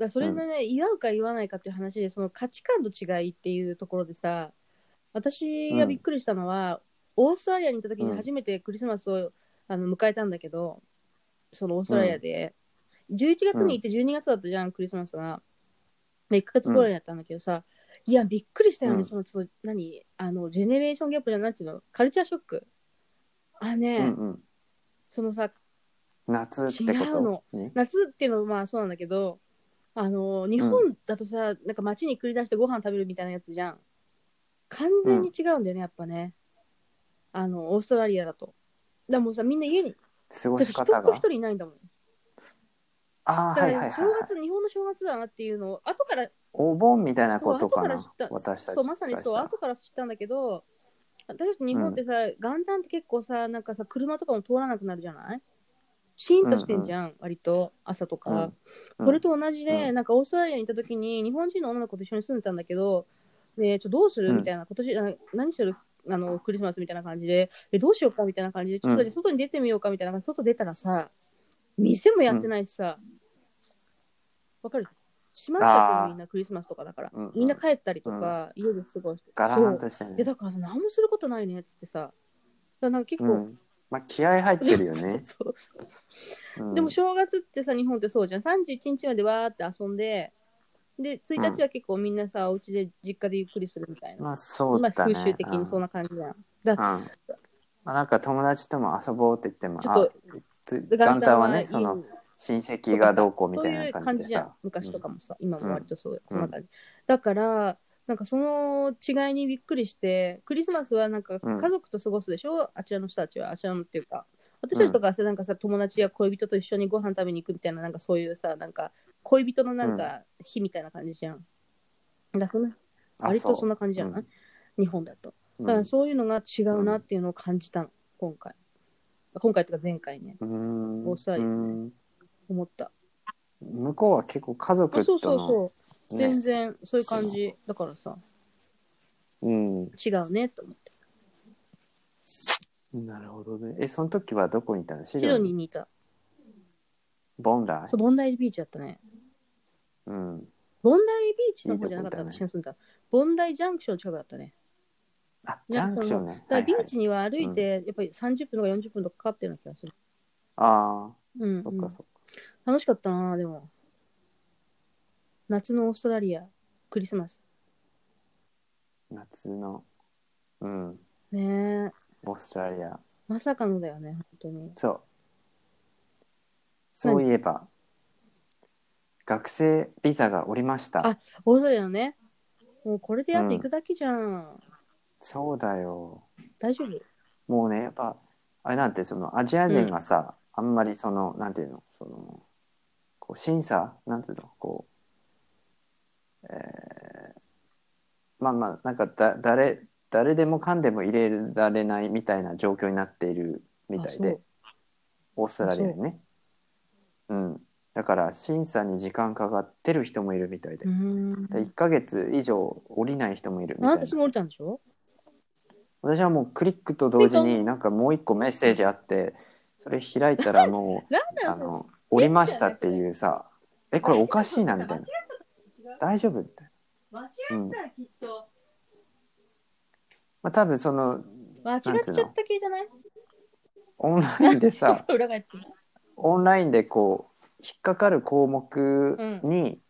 らそれでね、祝うか言わないかっていう話で、その価値観の違いっていうところでさ、私がびっくりしたのは、オーストラリアに行った時に初めてクリスマスを、あの迎えたんだけど、そのオーストラリアで、11月に行って12月だったじゃん、クリスマスが。で1ヶ月ぐらいだったんだけどさ、いや、びっくりしたよね。
うん
その、ちょっと、何あの、ジェネレーションギャップじゃなくていうのカルチャーショック。あ、ね、
うんうん、
そのさ、
夏ってこ
違うの
とね
夏っていうのはまあそうなんだけど、あの、日本だとさ、なんか街に繰り出してご飯食べるみたいなやつじゃん。完全に違うんだよね、やっぱね。あの、オーストラリアだと。だからもうさ、みんな家に、
過ご
だって
し
人っ
方
子一
が
人いないんだもん。
あ
だ
あー
か
はいはいは
ら
い
正月、日本の正月だなっていうのを、後から
お盆みたいな
そう
こと
後
か
から
な
知った
私たち
そうまさにそう
からした
後から知ったんだけど私たち日本ってさ、元旦って結構さなんかさ車とかも通らなくなるじゃないシーンとしてんじゃん、割と朝とか、
うん
これと同じで、
う
なんかオーストラリアに行った時に日本人の女の子と一緒に住んでたんだけどでちょどうする
うん
みたいな、今年あ何するあのクリスマスみたいな感じででどうしようかみたいな感じでちょっ
う
と
ん
外に出てみようかみたいな感じで、外出たらさ店もやってないしさわ、かる閉まっちゃってる
あー
みんなクリスマスとかだから、
うんうん
みんな帰ったりとか、家で過ごして
ガラ
そ
ハン
う
として
いや
ね
だからさ何もすることないねっつってさだからなんか結
う
構、
んまあ気合入ってるよ
(laughs)
ね
そうそう
うん
でも正月ってさ、日本ってそうじゃん。31日までわーって遊んで、で、1日は結構みんなさ、お家で実家でゆっくりするみたいな。
まあそう
まあ、
だね
風習的にそんな感じじゃん。だから、
うんうんまあなんか友達とも遊ぼうって言っても
ちょっと
あつ
元
元旦
旦は
は
家
ね
に
その親戚がどうこうみたいな感じ
そういう感じ
で
じゃん
さ。
昔とかもさ、今も割とそう、そんな感じ。だから、なんかその違いにびっくりして、クリスマスはなんか
うん
家族と過ごすでしょ、あちらの人たちは、あちらのっていうか。私たちとかはさ、なんかさ、友達や恋人と一緒にご飯食べに行くみたいな、なんかそういうさ、なんか恋人のなんか日みたいな感じじゃん。だからその
あ
割とそんな感じじゃない、日本だと。だからそういうのが違うなっていうのを感じたの、今回。今回とか前回ね、
うんうん
オーストラリアね
うん
思った。
向こうは結構家
あ
族
そう
と
そう
の
そうう、
ね
全然そういう感じだからさ、
うん
違うねと思って。
なるほどねえその時はどこにいたのシ
シド
ドニ
ニー
ー
にいた。
ボンダイ
そう、ボンダイビーチだったね。
うん
ボンダイビーチの方じゃなかった、
いいとこだね
私の住んだ。ボンダイジャンクション近くだったね。
あジャンクションね
だからビー
はいはい
チには歩いて、やっぱり30分とか40分とかかかってるような気がする。
あ
うん、う
あ
ん
そっかそっか
楽しかったな、でも。夏のオーストラリア、クリスマス。
夏のうん
ねえ。
オーストラリア
まさかのだよね、本当に。
そうそういえば学生ビザがおりました
あオーストラリアのね。もうこれであと行くだけじゃん。
そうだよ
大丈夫
もうねやっぱあれなんてそのアジア人がさ、あんまりそのなんていうのそのこう審査なんていうのこう、えーまあまあなんかだ誰誰でもかんでも入れられないみたいな状況になっているみたい
あそ
で
う
オーストラリアにねうんだから審査に時間かかってる人もいるみたいで
うーん。
1ヶ月以上降りない人もいるみ
あ
た
ない
な
たすぐ降りたんでしょ
私はもうクリックと同時
クリッ
になんかもう一個メッセージあってそれ開いたらも
なん
(laughs) う
だよ、
あの「折りました」っていう (laughs) さ「えこれおかしいな」みたいな「大丈夫?」みたい
間違
な、うんま
た、きっと。
あ、多分その
間違っちゃった系じゃない
オンラインで (laughs) さ
裏返ってる。
オンラインでこう引っかかる項目に、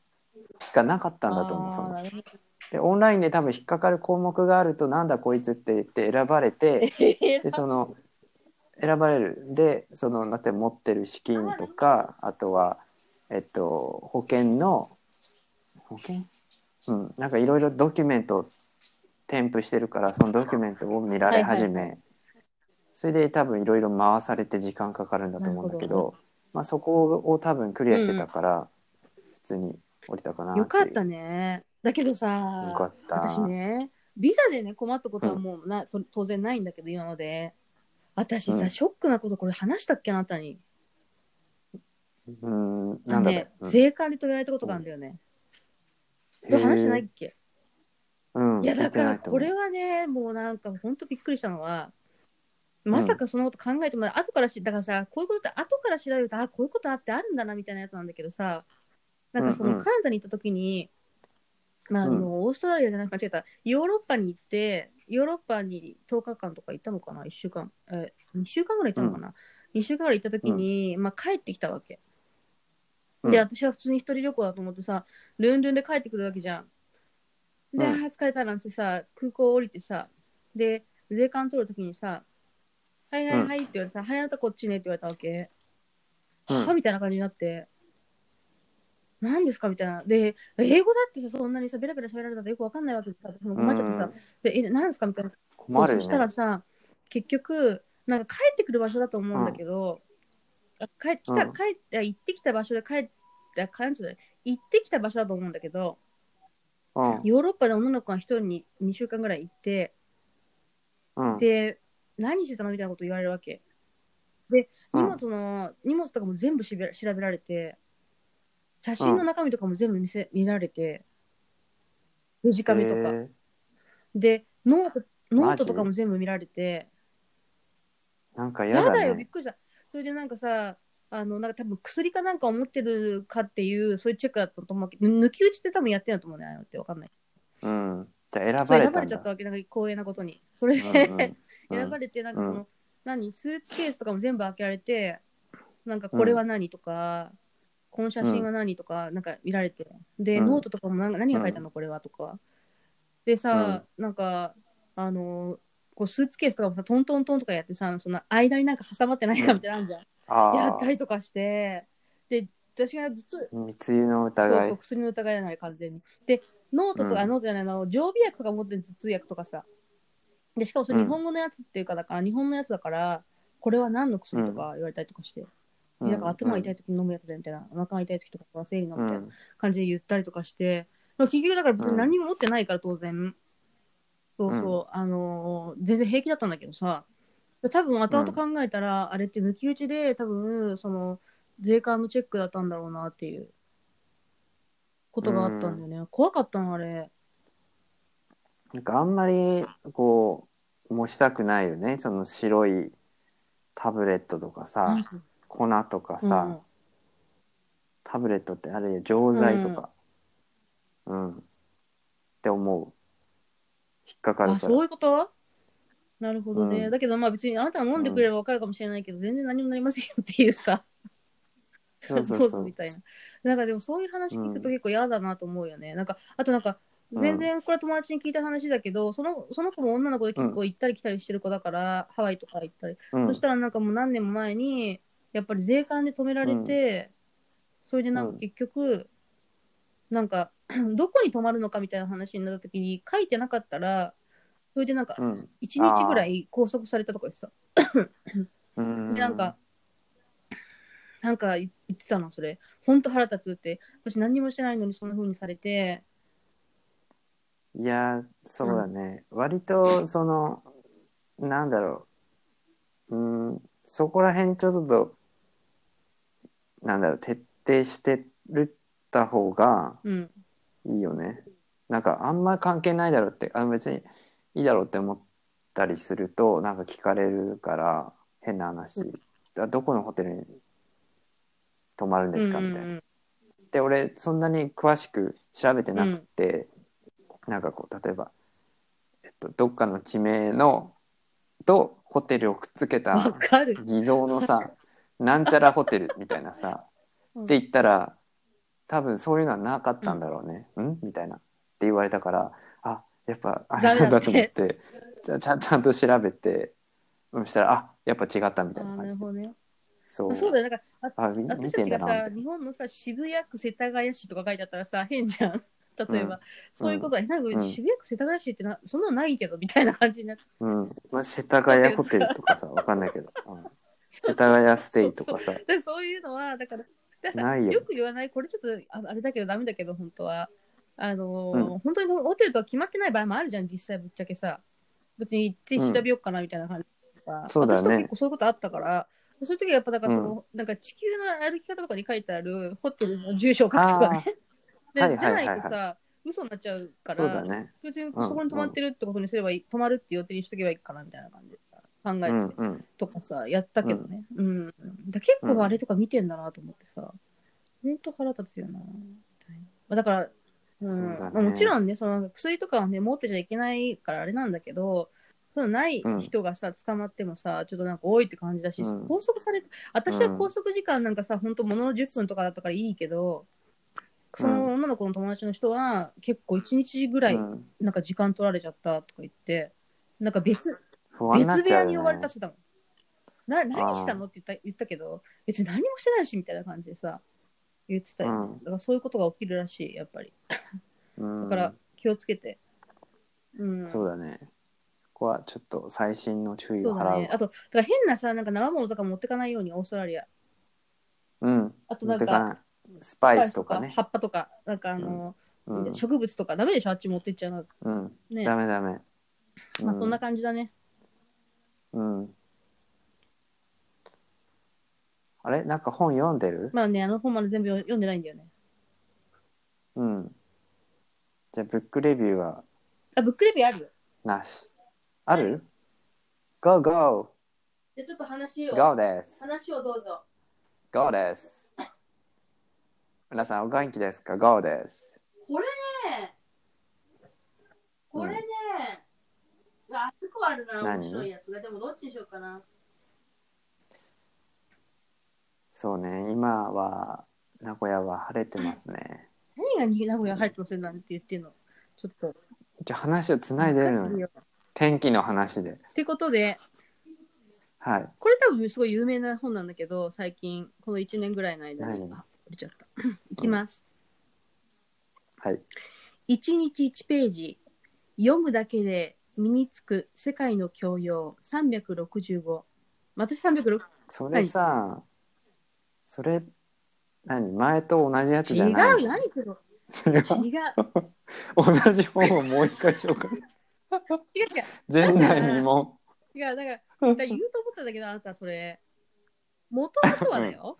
がなかったんだと思うそ
あー
の
なるほど
でオンラインで多分引っかかる項目があるとなんだこいつって言って選ばれて
え
でその選ばれるでそのだって持ってる資金とかあとはえっと保険の保険うんなんかいろいろドキュメント添付してるからそのドキュメントを見られ始め、
はい
それで多分いろいろ回されて時間かかるんだと思うんだけ
な
ど
るほ
まあ、そこを多分クリアしてたから、普通に降りたかなていう
よかったね。だけどさ、
よかった
私ね、ビザでね、困ったことはもうな、と当然ないんだけど、今まで。私さ、
うん
ショックなことこれ話したっけあなたに。
うんなんだろう、
ね、
うん
税関で止められたことがあるんだよね。
へー
話してないっけ
うん
いやだから
聞いてないと
こ
思う
れはねもうなんか本当びっくりしたのはまさかそのこと考えてもない、後からしだからさこういうことって後から調べるとあこういうことあってあるんだなみたいなやつなんだけどさなんかそ
うんう
の
ん
カナダに行った時に、まああ
うん
のオーストラリアじゃなくて間違えたヨーロッパに行ってヨーロッパに10日間とか行ったのかな1週間、え2週間ぐらい行ったのかな、2週間ぐらい行った時に、まあ、帰ってきたわけ
うん
で私は普通に一人旅行だと思ってさルンルンで帰ってくるわけじゃんで、
うん
あー疲れたなんてさ、空港降りてさ、で、税関取るときにさ、はいはいはいって言われてさ、はい、あなたこっちねって言われたわけ。
うん
はみたいな感じになって、何ですかみたいな。で、英語だってさ、そんなにさ、ベラベラ喋られたらよくわかんないわけでさ、私も困っちゃってさ、で、え、何ですかみたいな。
困
そ
る
う
よ
そした
ね
らさ、結局、なんか帰ってくる場所だと思うんだけど、あ帰来た、
うん
帰って、あ行ってきた場所で帰って、あ帰んじゃない行ってきた場所だと思うんだけど、
うん
ヨーロッパで女の子が一人に2週間ぐらい行って、
うん
で、何してたのみたいなこと言われるわけ。で、
うん
荷物の、荷物とかも全部しべ調べられて、写真の中身とかも全部見せ、見られて、デジカメとか。
え
で、ノート、ノー
マジ
トとかも全部見られて、
ーなんか
や
嫌
だ
だ
よ、びっ
ね
くりした。それでなんかさ、あの、なんか多分薬かなんかを持ってるかっていう、そういうチェックだったと思うわけど、抜き打ちって多分やってんだと思うね、ああいうのってわかんない。
うんじゃあ選
そ
ば
う
れ
選
た
ばれ
ん
ちゃ
だ
ったわけ、なんか光栄なことに。それで、
うんうんうん
選ばれて、なんかその、
うん
何、スーツケースとかも全部開けられて、なんかこれは何とか、この写真は何とか、なんか見られて、で、
うん
ノートとかもなんか何が書いてあるの、これはとか。でさ、なんか、あのーこうスーツケースとかもさ、トントントンとかやってさ、その間になんか挟まってないかみたいなのあるじゃん。や
あ
った
あ
りとかして、で、私が実は、
密輸の
そう
疑
そ、
いう
薬の疑いなのよ、完全に。で、ノートとか、
うん
ノートじゃないの、常備薬とか持ってる頭痛薬とかさ。で、しかもそれ
うん
日本語のやつっていうか、だから、日本のやつだから、これは何の薬とか言われたりとかして、
うん
なんか頭が痛い時に飲むやつだよみたいな、お腹が痛い時とかは生理の
う
みたいなん感じで言ったりとかして、まあ結局だから別に何も持ってないから、当然。そうそう、あのー全然平気だったんだけどさ、多分後々考えたら、あれって抜き打ちで多分その税関のチェックだったんだろうなっていうことがあったんだよね、怖かったのあれ
なんかあんまりこう持ちたくないよねその白いタブレットとかさ粉とか
うん
さタブレットってあれよ錠剤とかうん、って思う引っかかる
あ
か
そう
ら
いうことなるほどね、
うん
だけどまあ別にあなたが飲んでくれれば分かるかもしれないけど、全然何もなりませんよっていうさ
そうそうそう
どうぞみたいななんかでもそういう話聞くと結構嫌だなと思うよね、なんかあとなんか全然これは友達に聞いた話だけど、そのその子も女の子で結構行ったり来たりしてる子だから、ハワイとか行ったり
うん
そしたらなんかもう何年も前に、やっぱり税関で止められて、それでなん
う
か
ん
結局、なんか、 (clears throat) どこに泊まるのかみたいな話になった時に、書いてなかったら、それでなんか、
うん
1日ぐらい拘束されたとかでさ、
うん
でなんか、なんか言ってたの、それ。ほんと腹立つって、私何にもしてないのにそんな風にされて、
いやーそうだね、割とそのなんだろううんそこら辺ちょっとなんだろう徹底してるった方が
うん、
いいよねなんかあんま関係ないだろうってあ別にいいだろうって思ったりするとなんか聞かれるから変な話、
うん
あどこのホテルに泊まるんですかみたいな
う。ん
で俺そんなに詳しく調べてなくて、なんかこう例えば、えっと、どっかの地名のとホテルをくっつけ
うんわ (laughs)
た
かる。
偽造のさなんちゃらホテルみたいなさ
うん
って言ったら多分そういうのはなかったんだろうね、うん、みたいなって言われたからあやっぱあれなんだと思ってちゃちゃんちゃんと調べてそしたらあやっぱ違ったみ
あ
たいな
ーな
感
る
じで
ほどね。
そ
あ
う
そうだよ、なんか、あ
あみ見
私
て
た
ん
ち
だ
が
なみたい
さ、日本のさ、渋谷区世田谷市とか書いてあったらさ、変じゃん。例えば、
うん
そういうことは、えなんか
うん
渋谷区世田谷市ってな、そんなのないけど、みたいな感じになって。
うん、まあ、世田谷ホテルとかさ、わかんないけど、うん、世田谷ステイとかさ、
で、 (laughs) そういうのは、だから、だから
な
さ
いよ
よく言わない、これちょっとああれだけど、ダメだけど、本当は。あのー
う
本当にホテルとは決まってない場合もあるじゃん、実際ぶっちゃけさ。別に行って調べようかな、みたいな感じとか、
そうだね
私とか結構そういうことあったから、そういう時はやっぱ、だからその、なんか地球の歩き方とかに書いてある、ホテルの住所を書くとかね。 (laughs) で
はい
じゃ
は
ない
は
い
いはい
とさ、嘘になっちゃうか
そう
ら、
だね。
別にそこに泊まってるってことにすればいい、泊まるっていう予定にしとけばいいかなみたいな感じで考
う
えて、
んうん。
とかさ、やったけどね。うん。だ結構あれとか見てんだなと思ってさ、ほんと腹立つよな、みたいなまあだから、うん
そうだね
まあもちろんね、その薬とかはね、持ってちゃいけないからあれなんだけど、そういうのない人がさ、捕まってもさ、ちょっとなんか多いって感じだし、
うん
拘束されて、私は拘束時間なんかさ、ほんとものの10分とかだったからいいけど、その女の子の友達の人は、結構1日ぐらい、
うん
なんか時間取られちゃったとか言って、なんか別、
不安になっ
別部
ちゃ
屋
う
に
よ
呼ばれ
ね
たってたもん。な何したのって言った言ったけど、別に何もしてないしみたいな感じでさ、言ってたよ。
うん
だからそういうことが起きるらしい、やっぱり。
うん
だから気をつけて。うん。
そうだねここはちょっと細心の注意
そ
を
う
払
だ
う
ね。あと、だから変なさ、なんか生物とか持ってかないように、オーストラリア。
うん
あと
持
な
っ
ん
て
か、
かないスパイスとかね
葉っぱとか、なんかあの、
うん、
植物とか、ダメでしょあっち持ってっちゃうの。
うん、
ね。
ダメダメ
まあ、そんな
感
感じだね。
じ、うん、あれなんか本読んでる、
まあね、あの本まで全部読読んでないんだよね。
うんじゃあブックレビューは
あ、ブックレビューあるよ。
なしある ?Go go
じゃあちょっと話を、
go です
話をどうぞ。
go です皆さんお元気ですか ?go です
これね、これね、あそこあるな、
何
面白いやつが。でもどっちにしようかな。
そうね今は名古屋は晴れてますね
何がに名古屋入ってませんなんて言ってんのちょっと。
じゃあ話をつないでるのに
よ
天気の話で
ってことで、
はい
これ多分すごい有名な本なんだけど、最近、この1年ぐらいの間に。
何
あ、折れちゃった。 (coughs) いきます。
はい
1日1ページ。読むだけで身につく世界の教養365。私365。
それさ、それ何前と同じやつ
違
じ
う
ゃない
よ、何この
それは
違う。違う
(laughs) 同じ本をもう一回紹介する
違う。
前代未聞
いや、だから、だから言うと思ったんだけど、あなた、それ。もともとはだよ。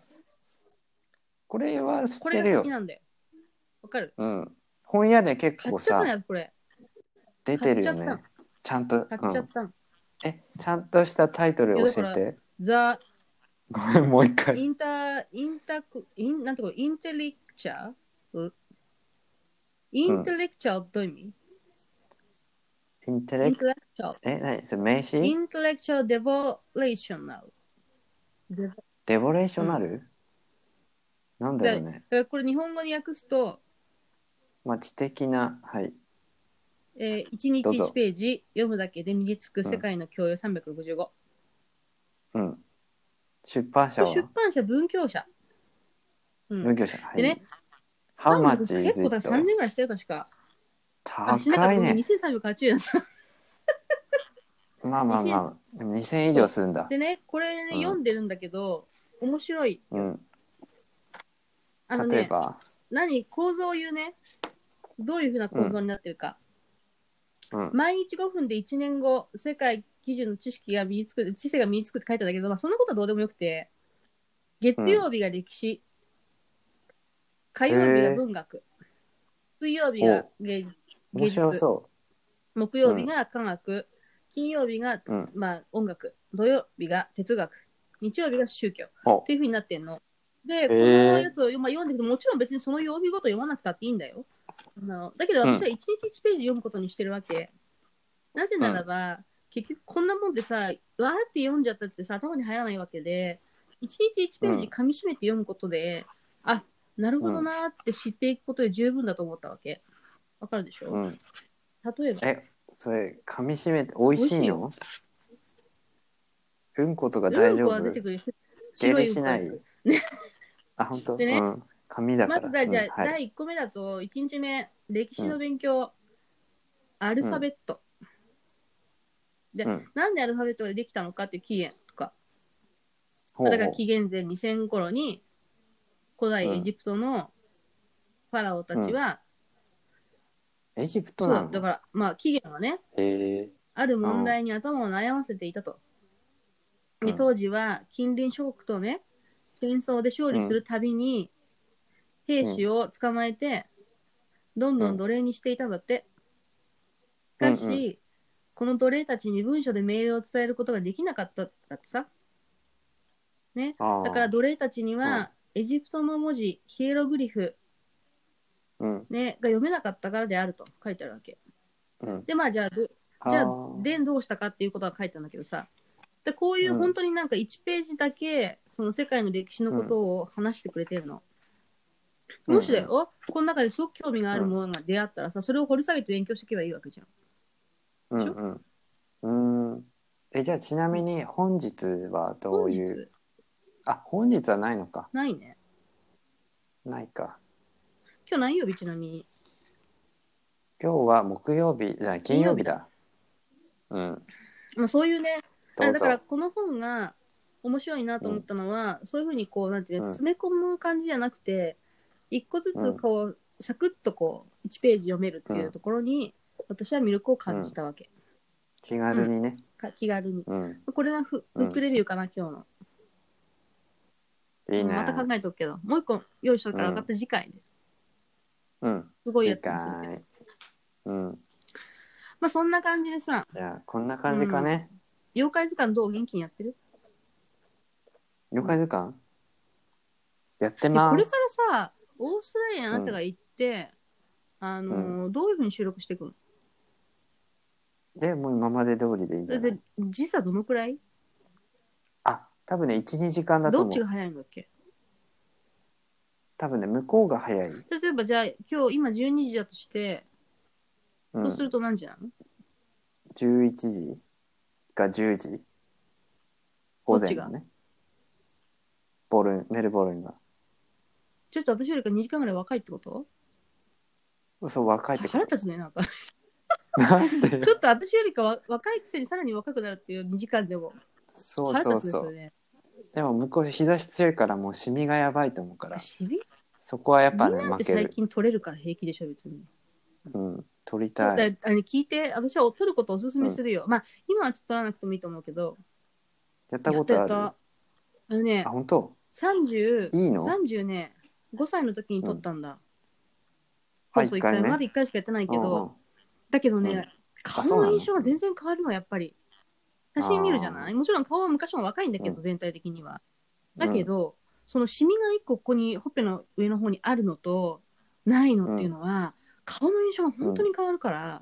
これは知っ
こ
て
れが好
るよ
き、なんだよ。わかる
うん、本屋で結
買
構
っちゃっ
さ
たのよ、これ。
出てるよね
買っちゃった
ちゃんと、
買っち
う
ゃっ
ん
たの。
えちゃんとしたタイトル
いやだか
教
ら
えて
ザ・
ごめんもう一回
インター、インタク、イン、なんていうのインテリクチャーインテレクチャーどういう意味、
インテ
イ
レ
ン
ク
テレクチャ
え何それ名
ー。イ
詞
ンテレクチャーデボレーショナル。デボ
デボレーショナル、なんだよね
えこれ日本語に訳すと、
まあ知的なはい
えー、1日
どうぞ
1ページ読むだけで身につく世界の教養365。こ
うん出版社
れ
は
出版社、文教社。うん
文業者はい、
でね
How
なん
much
だ
is
結構
it?
だから3年ぐらいしてる確か。あ、しなかっ
高
た
い
ね。
ね
2380円さ。
まあまあまあでも2000円以上するんだ
でね、これ、ね
うん
読んでるんだけど、面白い。
うん
あの
例え
ね、
ば、
何構造を言うねどういうふうな構造になってるか、
うん
毎日5分で1年後世界基準の知識が身につく知性が身につくって書いてあるんだけど、まあ、そんなことはどうでもよくて月曜日が歴史、火曜日が文学、水曜日が芸
面
芸
白
術
そ
木曜日が科学、金曜日が、
ううん
まあ、音楽土曜日が哲学日曜日が宗教
お
っていうふうになってんの。で、
ー
このやつを、まあ、読んでくと、もちろん別にその曜日ごと読まなくたっていいんだよ。あのだけど私は1日1ページ読むことにしてるわけ。なぜならば、結局こんなもんでさ、わーって読んじゃったってさ、頭に入らないわけで、1日1ページ噛み締めて読むことで、あ、なるほどなーって知っていくことで十分だと思ったわけ。わかるでしょ、
うん
例えば、
えそれ噛み締めて美味しいのうんことが
う
大
ん
丈
こは
夫
出てくる
下
白
痢
いう
し
んこ
ない
が
(laughs) あ本当、
でね
うん紙だか
ま
ら
ずだじゃあ、
うんはい、
第1個目だと、1日目、歴史の勉強、アルファベット、
うん
なんでアルファベットができたのかっていう起源とか、
ほう
だから紀元前2000頃に、古代エジプトのファラオたちは、
エジプト
そ
な
う
の
だから、まあ、起源はね、
えー、
ある問題に頭を悩ませていたと。
うん
で当時は近隣諸国とね、戦争で勝利するたびに、兵士を捕まえて、どんどん奴隷にしていたんだって。しかし、
うんう
この奴隷たちに文書で命令を伝えることができなかったんだってさ。ね。
あー
だから奴隷たちには、エジプトの文字、ヒエログリフ、
うん
ね、が読めなかったからであると書いてあるわけ。
うん
で、まあじゃあ、どじゃあ、で、どうしたかっていうことが書いてあるんだけどさ。で、こういう
うん
本当になんか1ページだけ、その世界の歴史のことを話してくれてるの。もしだよ、この中ですごく興味があるものが出会ったらさ、それを掘り下げて勉強していけばいいわけじゃん。
うんうんうんうーんえじゃあちなみに本日はど
本
う
日
いうあ本日はないのか
ないね。
ないか
今日何曜日ちなみに。
今日は木曜日じゃあ金曜日だうん
まあそういうね、
どう
だ
ぞ
からこの本が面白いなと思ったのは、そういうふうにこう、なんていう
う
の、
ん
詰め込む感じじゃなくて、一個ずつこう、サクッとこう、1ページ読めるっていうところに、私は魅力を感じたわけ。
気軽にね
か気軽に。
うん、
これがフ
うん
フックレビューかな、今日の。
いいね
また考えとくけど、もう一個用意しとるから、分かった次回で。
うん
すごい
い
や
い
つにする
か
けど。
いうん
まあそんな感じでさ、
じゃあこんな感じかね、
妖怪図鑑どう元気にやってる
妖怪図鑑やって
い
ま
や
す
これからさ、オーストラリアにあなたが行って、あのーどういうふうに収録していくの
でもう今まで通りでいいん
そ
じゃ
れ
ない
で時差どのくらい
あ多分ね12時間だと
どっ
思
ちが
う
早いんだっけ
多分ね向こうが早い、うん、
例えばじゃあ今日今12時だとして、そうすると何時なの
11時か10時午前のねボルンメルボルンが
ちょっと私よりか2時間ぐらい若いってこと
そう若いってこ
腹
と
立つね、なんか。 (laughs) ち
なんで
(laughs) ょっと私よりかわ若いくせにさらに若くなるっていう2時間でも。
そう
腹
そう
立つね、
そ
そうれね。
でも向こう日差し強いからもうシミがやばいと思うから
シビ
そこはやっぱね
なん
負
て
け
最
る、
近取れるから平気でしょ、別に。
うん、取りた
だ
い
あの聞いて、私は取ることをおすすめするよ。まあ、今はちょっと取らなくてもいいと思うけど。
やったことあ
や
る
ったやったあのね
あ、本当
30、
いいの
30ね、5歳の時に取ったんだ。
あ
そうそう、
一
1回
回
目。
目
まだ1回しかやってないけ
うんう
ど、
ん
だけど
うん
ね、
あ
顔
そうな
の
の
印象は全然変わるの、やっぱり。写真見るじゃないもちろん顔は昔も若いんだけど、
うん
全体的には。だけど、そのシミが一個ここに、ほっぺの上の方にあるのと、ないのっていうのは、顔の印象が本当に変わるから、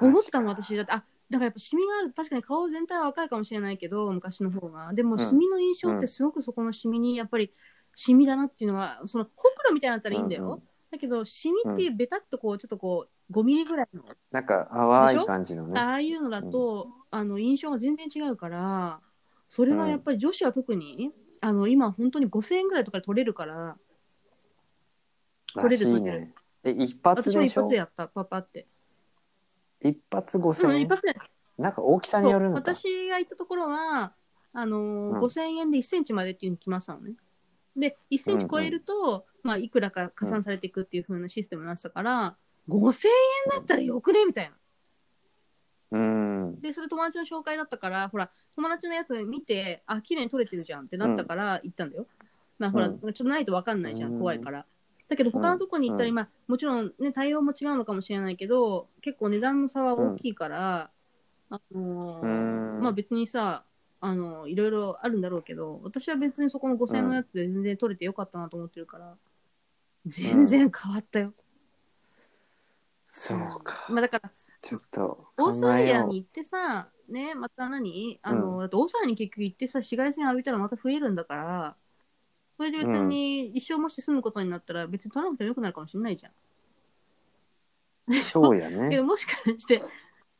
うん
思ったもん、私。だって、あ、だからやっぱシミがあると確かに顔全体は若いかもしれないけど、昔の方が。でも、
ん
シミの印象ってすごくそこのシミに、やっぱり、シミだなっていうのは、その、ほくろみたいなのだったらいいんだよ。
うんうん
だけど、シミっていうベタっとこう、ちょっとこう、5ミリぐらいの、
なんか淡
でし
い
ょ
感じのね
ああいうのだと、あの印象が全然違うから、それはやっぱり女子は特に、あの今本当に5000円ぐらいとかで取れるから、
らしい
取れる
ねえ一発
私も
で
一
しょ
発でやった、パパって。
一発五
う
千
ん、
円
一発で。
なんか大きさによるのか
私が行ったところは、あのー
うん
5000円で1センチまでっていうの決まってたのね。で、1センチ超えると、まあ、いくらか加算されていくっていう風なシステムになってたから、5000円だったらよくねみたいな。
うん
で、それ友達の紹介だったから、ほら、友達のやつ見て、あ、綺麗に撮れてるじゃんってなったから行ったんだよ。まあほら、
うん
ちょっとないとわかんないじゃ、
うんん
怖いから。だけど他のとこに行ったり、
うん
まあもちろんね、対応も違うのかもしれないけど、結構値段の差は大きいから、あのー
うん
まあ別にさ、あのーいろいろあるんだろうけど、私は別にそこの5000円のやつで全然撮れてよかったなと思ってるから、全然変わったよ。
そうか
まあだから、
ちょっと
オースト
考
ラ
え
リア
よ
に
う
行ってさ、ね、また何あの、だってオーストラリアに結局行ってさ、紫外線浴びたらまた増えるんだから、それで別に一生もし住むことになったら別に取らなくてもよくなるかもしれないじゃん。
そうや
け
ね
(laughs) どもしか
(laughs)
して、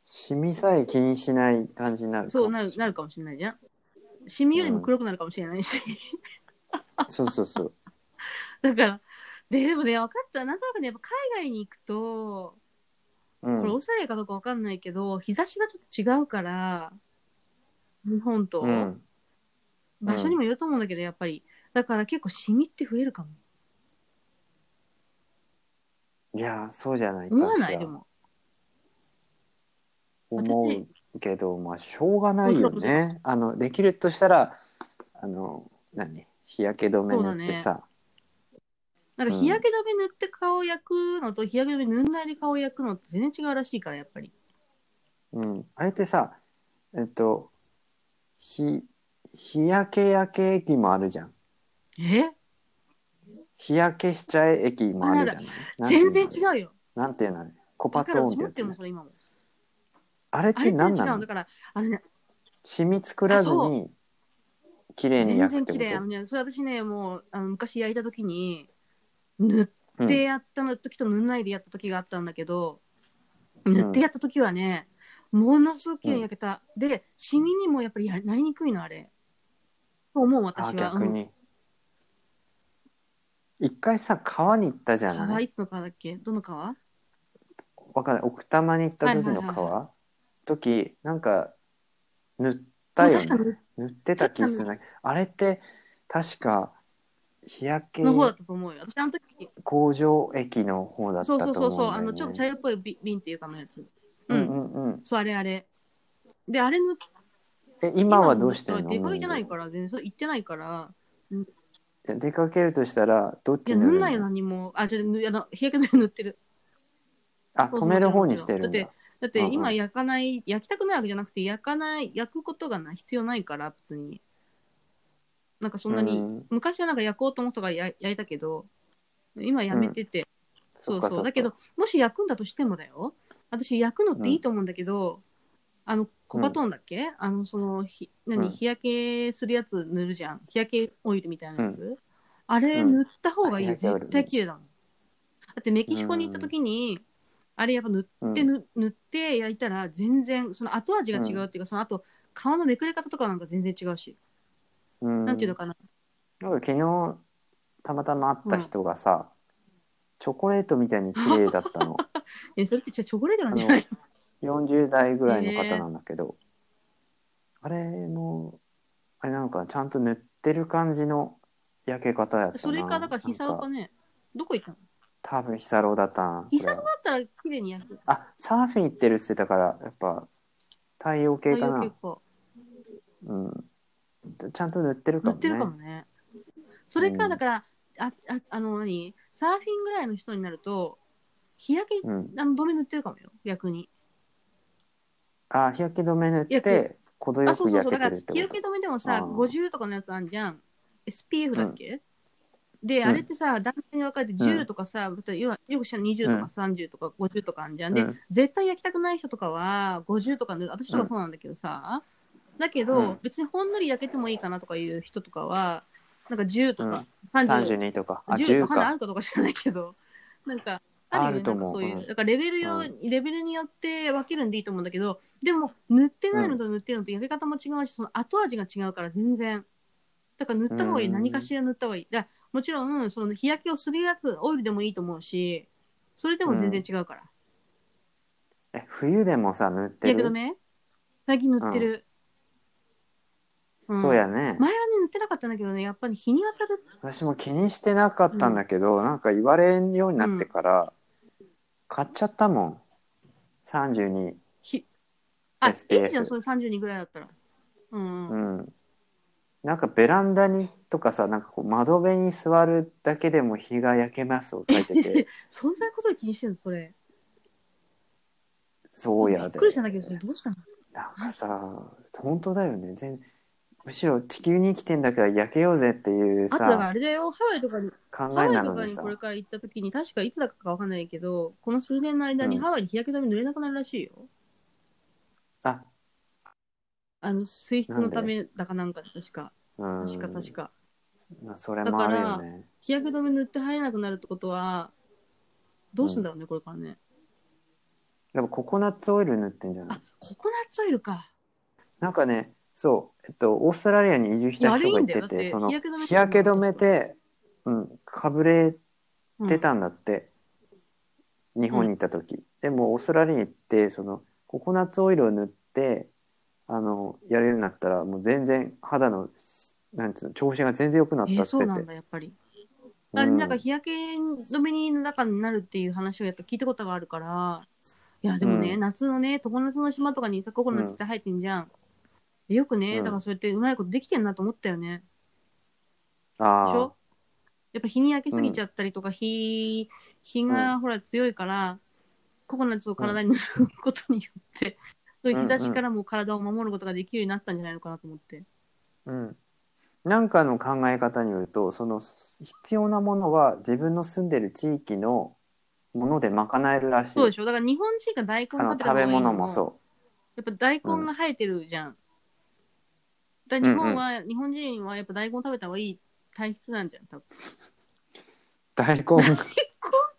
シミさえ気にしない感じになるか
そうなるなるかもしれないじゃん。シミよりも黒くなるかもしれないし。
そうそうそう
だから、ででもね、分かった。なんとなくね、やっぱ海外に行くと、
う
これオ
ん
ーストラリアかどうか分かんないけど、日差しがちょっと違うから、日本と、
うん
場所にもよると思うんだけど、やっぱり。だから結構シミって増えるかも。
いやそうじゃないかし
思
ら
わないでも。
思うけどまあしょうがない
も
よ
ちろ
ねあのできるとしたらあの何日焼け止め塗ってさ、
なんか
うん
日焼け止め塗って顔焼くのと日焼け止め塗んないで顔焼くのって全然違うらしいから、やっぱり。
うん、あれってさえっと日日焼け焼け液もあるじゃん
え
日焼けしちゃえ液もあるじゃない
全然
う。
違うよ。
なんていうのあれコパ
だ
ト
から
ーンっ
私
て
持っ
や
て
つ
るもん、
ね。
それ今も。
あれっ
あれ
て
って違う
何なの
だから、あれね、
染み作らず
あそ
に綺麗に
全
焼くっ
然
て
綺
こ
麗あの
と
ねそれ私ねもうあの昔焼いた時に塗ってやったの時と塗んないでやった時があったんだけど、塗ってやった時はねものすごく綺麗に焼けた、でシミにもやっぱりやなりにくいのあれと思う
あ
私は
逆に一回さ川に行ったじ
う
ゃ
ん、川
ないい
つの川だっけどの川
わかんない奥多摩に行った時の
はいはいはい
川時なんか塗ったよね
確かに
塗ってた気がするんだけどあれって確か日焼け
の方だったと思うよ私あの時
工場駅の方だったと
そう
思
そううんそう
だよ、ね、
そうあのちょっと茶色っぽいび瓶っていうかのやつ
う
うん、
んうんうん
そうあれあれであれ塗っ
え今はどうしてんの
出かけてないから全然それ行ってないから
いや出かけるとしたらどっ
い
ち
や、塗
る
んないよ、何も。あ、じゃあ、ぬあの日焼け止め塗ってる。
あ
そう
止める方にしてるんだ
だだって
うん、うん
今焼かない、焼きたくないわけじゃなくて、焼かない、焼くことがな必要ないから、別に。なんかそんなに、
うん
昔はなんか焼こうと思ってたからややりたけど、今やめてて、そうそう。だけど、もし焼くんだとしてもだよ。私、焼くのっていいと思うんだけど、あの、コバトーンだっけ、あの、その、ひ何、
うん
日焼けするやつ塗るじゃん。日焼けオイルみたいなやつ。あ
う
れ、
ん
塗った方がいいよ。
あ日焼けオイル
絶対綺麗だもん。だって、メキシコに行った時に、あれ、やっぱ塗
うん
って、ぬ塗って焼いたら、全然、その後味が違うっていうか、その後、皮のめくれ方とかなんか全然違うし、
うん
なんていうのかな。
なんか昨日たまたま会った人がさ、チョコレートみたいに綺麗だっ
(laughs)
たの
え、それってじゃあチョコレート
あ
なんじゃない
の40代ぐらいの方なんだけど、あれもあれなのかなちゃんと塗ってる感じの焼け方やったな
それか、だから、ヒサロか
なん
ね。どこ行ったの
多分ヒサロだったな
ヒサロ
こ
だ
れ
った
は
ら綺麗に焼く。
あサーフィン行ってるっつってたからやっぱ太陽系か
ああ
な
いう結構。
うん、ちゃんと塗ってる
塗
かもね
ってるかもね。それ
う
か、
ん
だから、あ、あ、あの、何サーフィンぐらいの人になると、日焼け、
うん、
あの、止め塗ってるかもよ、逆に。
あ日焼け止め塗っ
焼
て程
あ、
よ
そう
く
そうそ
焼
う。
け
だから
てるっ、
日
て
焼
こ
け止めでもさ、
あー
50とかのやつあんじゃん。SPF だっけ、
う
で、
ん
あれってさ、男性に分かれて
うん
10とかさ、また要はよくしたら20とか30とか50とかあんじゃん。
と
で、
うん
絶対焼きたくない人とかは50とか塗る私とかそうなんだけどさ、だけど、
うん
別にほんのり焼けてもいいかなとかいう人とかはなんか10とか30
32とかあ
10
10
とかあ
か
るかどうか知らないけ
(laughs)
どなんかあ
あ
るよね
る
な
と
んか
思う
そういう
うん
だからレベルよ、
う
レベルによって分けるんでいいと思うんだけどでも塗ってないのと塗ってるのと焼け方も違うしその後味が違うから全然だから塗った方がいい
うん
何かしら塗った方がいいだからもちろんその日焼けをするやつオイルでもいいと思うしそれでも全然違うから、
え冬でもさ塗って
日焼け止
る、
め最近塗ってる、ん
そうやね
前はね塗ってなかったんだけどねやっぱり日に当たる
私も気にしてなかったんだけど、なんか言われんようになってから、買っちゃったもん32
日あい
SPF
いじゃんそれ32ぐらいだったらうん、
う
うん、
んなんかベランダにとかさなんかこう窓辺に座るだけでも日が焼けますを書いて
(laughs)
て
そんなことで気にしてんのそれ
そうや
び
で
っくりしたんだけどそれどうしたの
なんかさ本当だよね全むしろ地球に生きてんだから焼けようぜっていう
あとだから
さ
あれだよハワイとかに
考
ハ
え
ワ
な
イと
の
か
に
に
さ
これから行った時に確かいつだかわかんないけどこの数年の間に
うん
ハワイに日焼け止め塗れなくなるらしいよ、
あ
あの水質のためだかなんかで確か
うん
確か確か
まあそれもあるよね
日焼け止め塗って入れなくなるってことはどうすんだろうね、これからね
でもココナッツオイル塗ってんじゃない
あココナッツオイルか
なんかねそうえっとオーストラリアに移住した人がい
いやあれいいんだ
て
よ
て
だって
その
日焼け止めとか
日焼け止めで、うん、かぶれ
うん
てたんだって、日本に行った時、でもオーストラリアに行ってそのココナッツオイルを塗ってあのやれるようになったらもう全然肌のなんつうの調子が全然良くなったっ
えー
つ
そう
って
な
て
んだやっぱり
う
あれなんか
ん
日焼け止めに中になるっていう話をやっぱ聞いたことがあるからいやでもね、
うん
夏のね常夏の島とかにさココナッツって入ってんじゃん、でよくね、
うん
だからそうやってうまいことできてんなと思ったよねでし
あ
ょやっぱ日に焼けすぎちゃったりとか、日日がほら強いからココナッツを体に塗ることによって、そういう日差しからも体を守ることができるようになったんじゃないのかなと思って、
あうんなんかの考え方によるとその必要なものは自分の住んでる地域のもので賄えるらしい
そうでしょだから日本人が大根
あの
食べた
食べ
方がいいの
物もそう
やっぱ大根が生えてるじゃん。だから日本は、日本人はやっぱ大根食べた方がいい体質なんじゃん、多分。 (laughs)
大根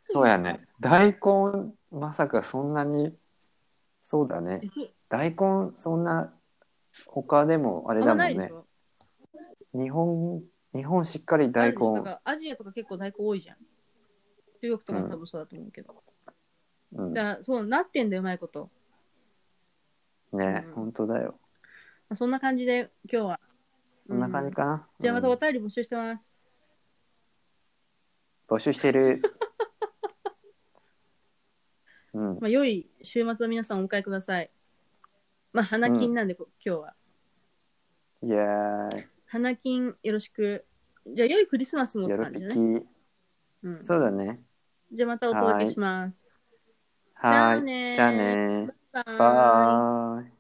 そうやね大根まさかそんなにそうだね
え。そう
大根そんな他でもあ
あ
れ
ん
だ
ま
もん
ないでし
ね
ょ
日本日本しっかり
あ
大
るでしょだか
根、
らアジアとか結構大根多いじゃん。中国とかも多分そうだと思うけど。
うん、
だ
ね
から、そうなってんだよ、うまいこと。
うん
本当だよ
まあそんな感じで、今日は。
そんな感じかな、
じゃあまた
う
お
ん
便り募集してます。
募集して
(laughs)
るうん
まあ、良い週末を皆さんお迎えください。まあ、花金なんで、こ今日は。
イエーイ
花金よろしく。じゃあ、良いクリスマスもって
よろ
感じ
ぴ
だ
き、
ね。うん、
そうだね
じゃあ、またお届けします。
は
じゃあ
ーい
ねー
じゃあねー
バイ
バイ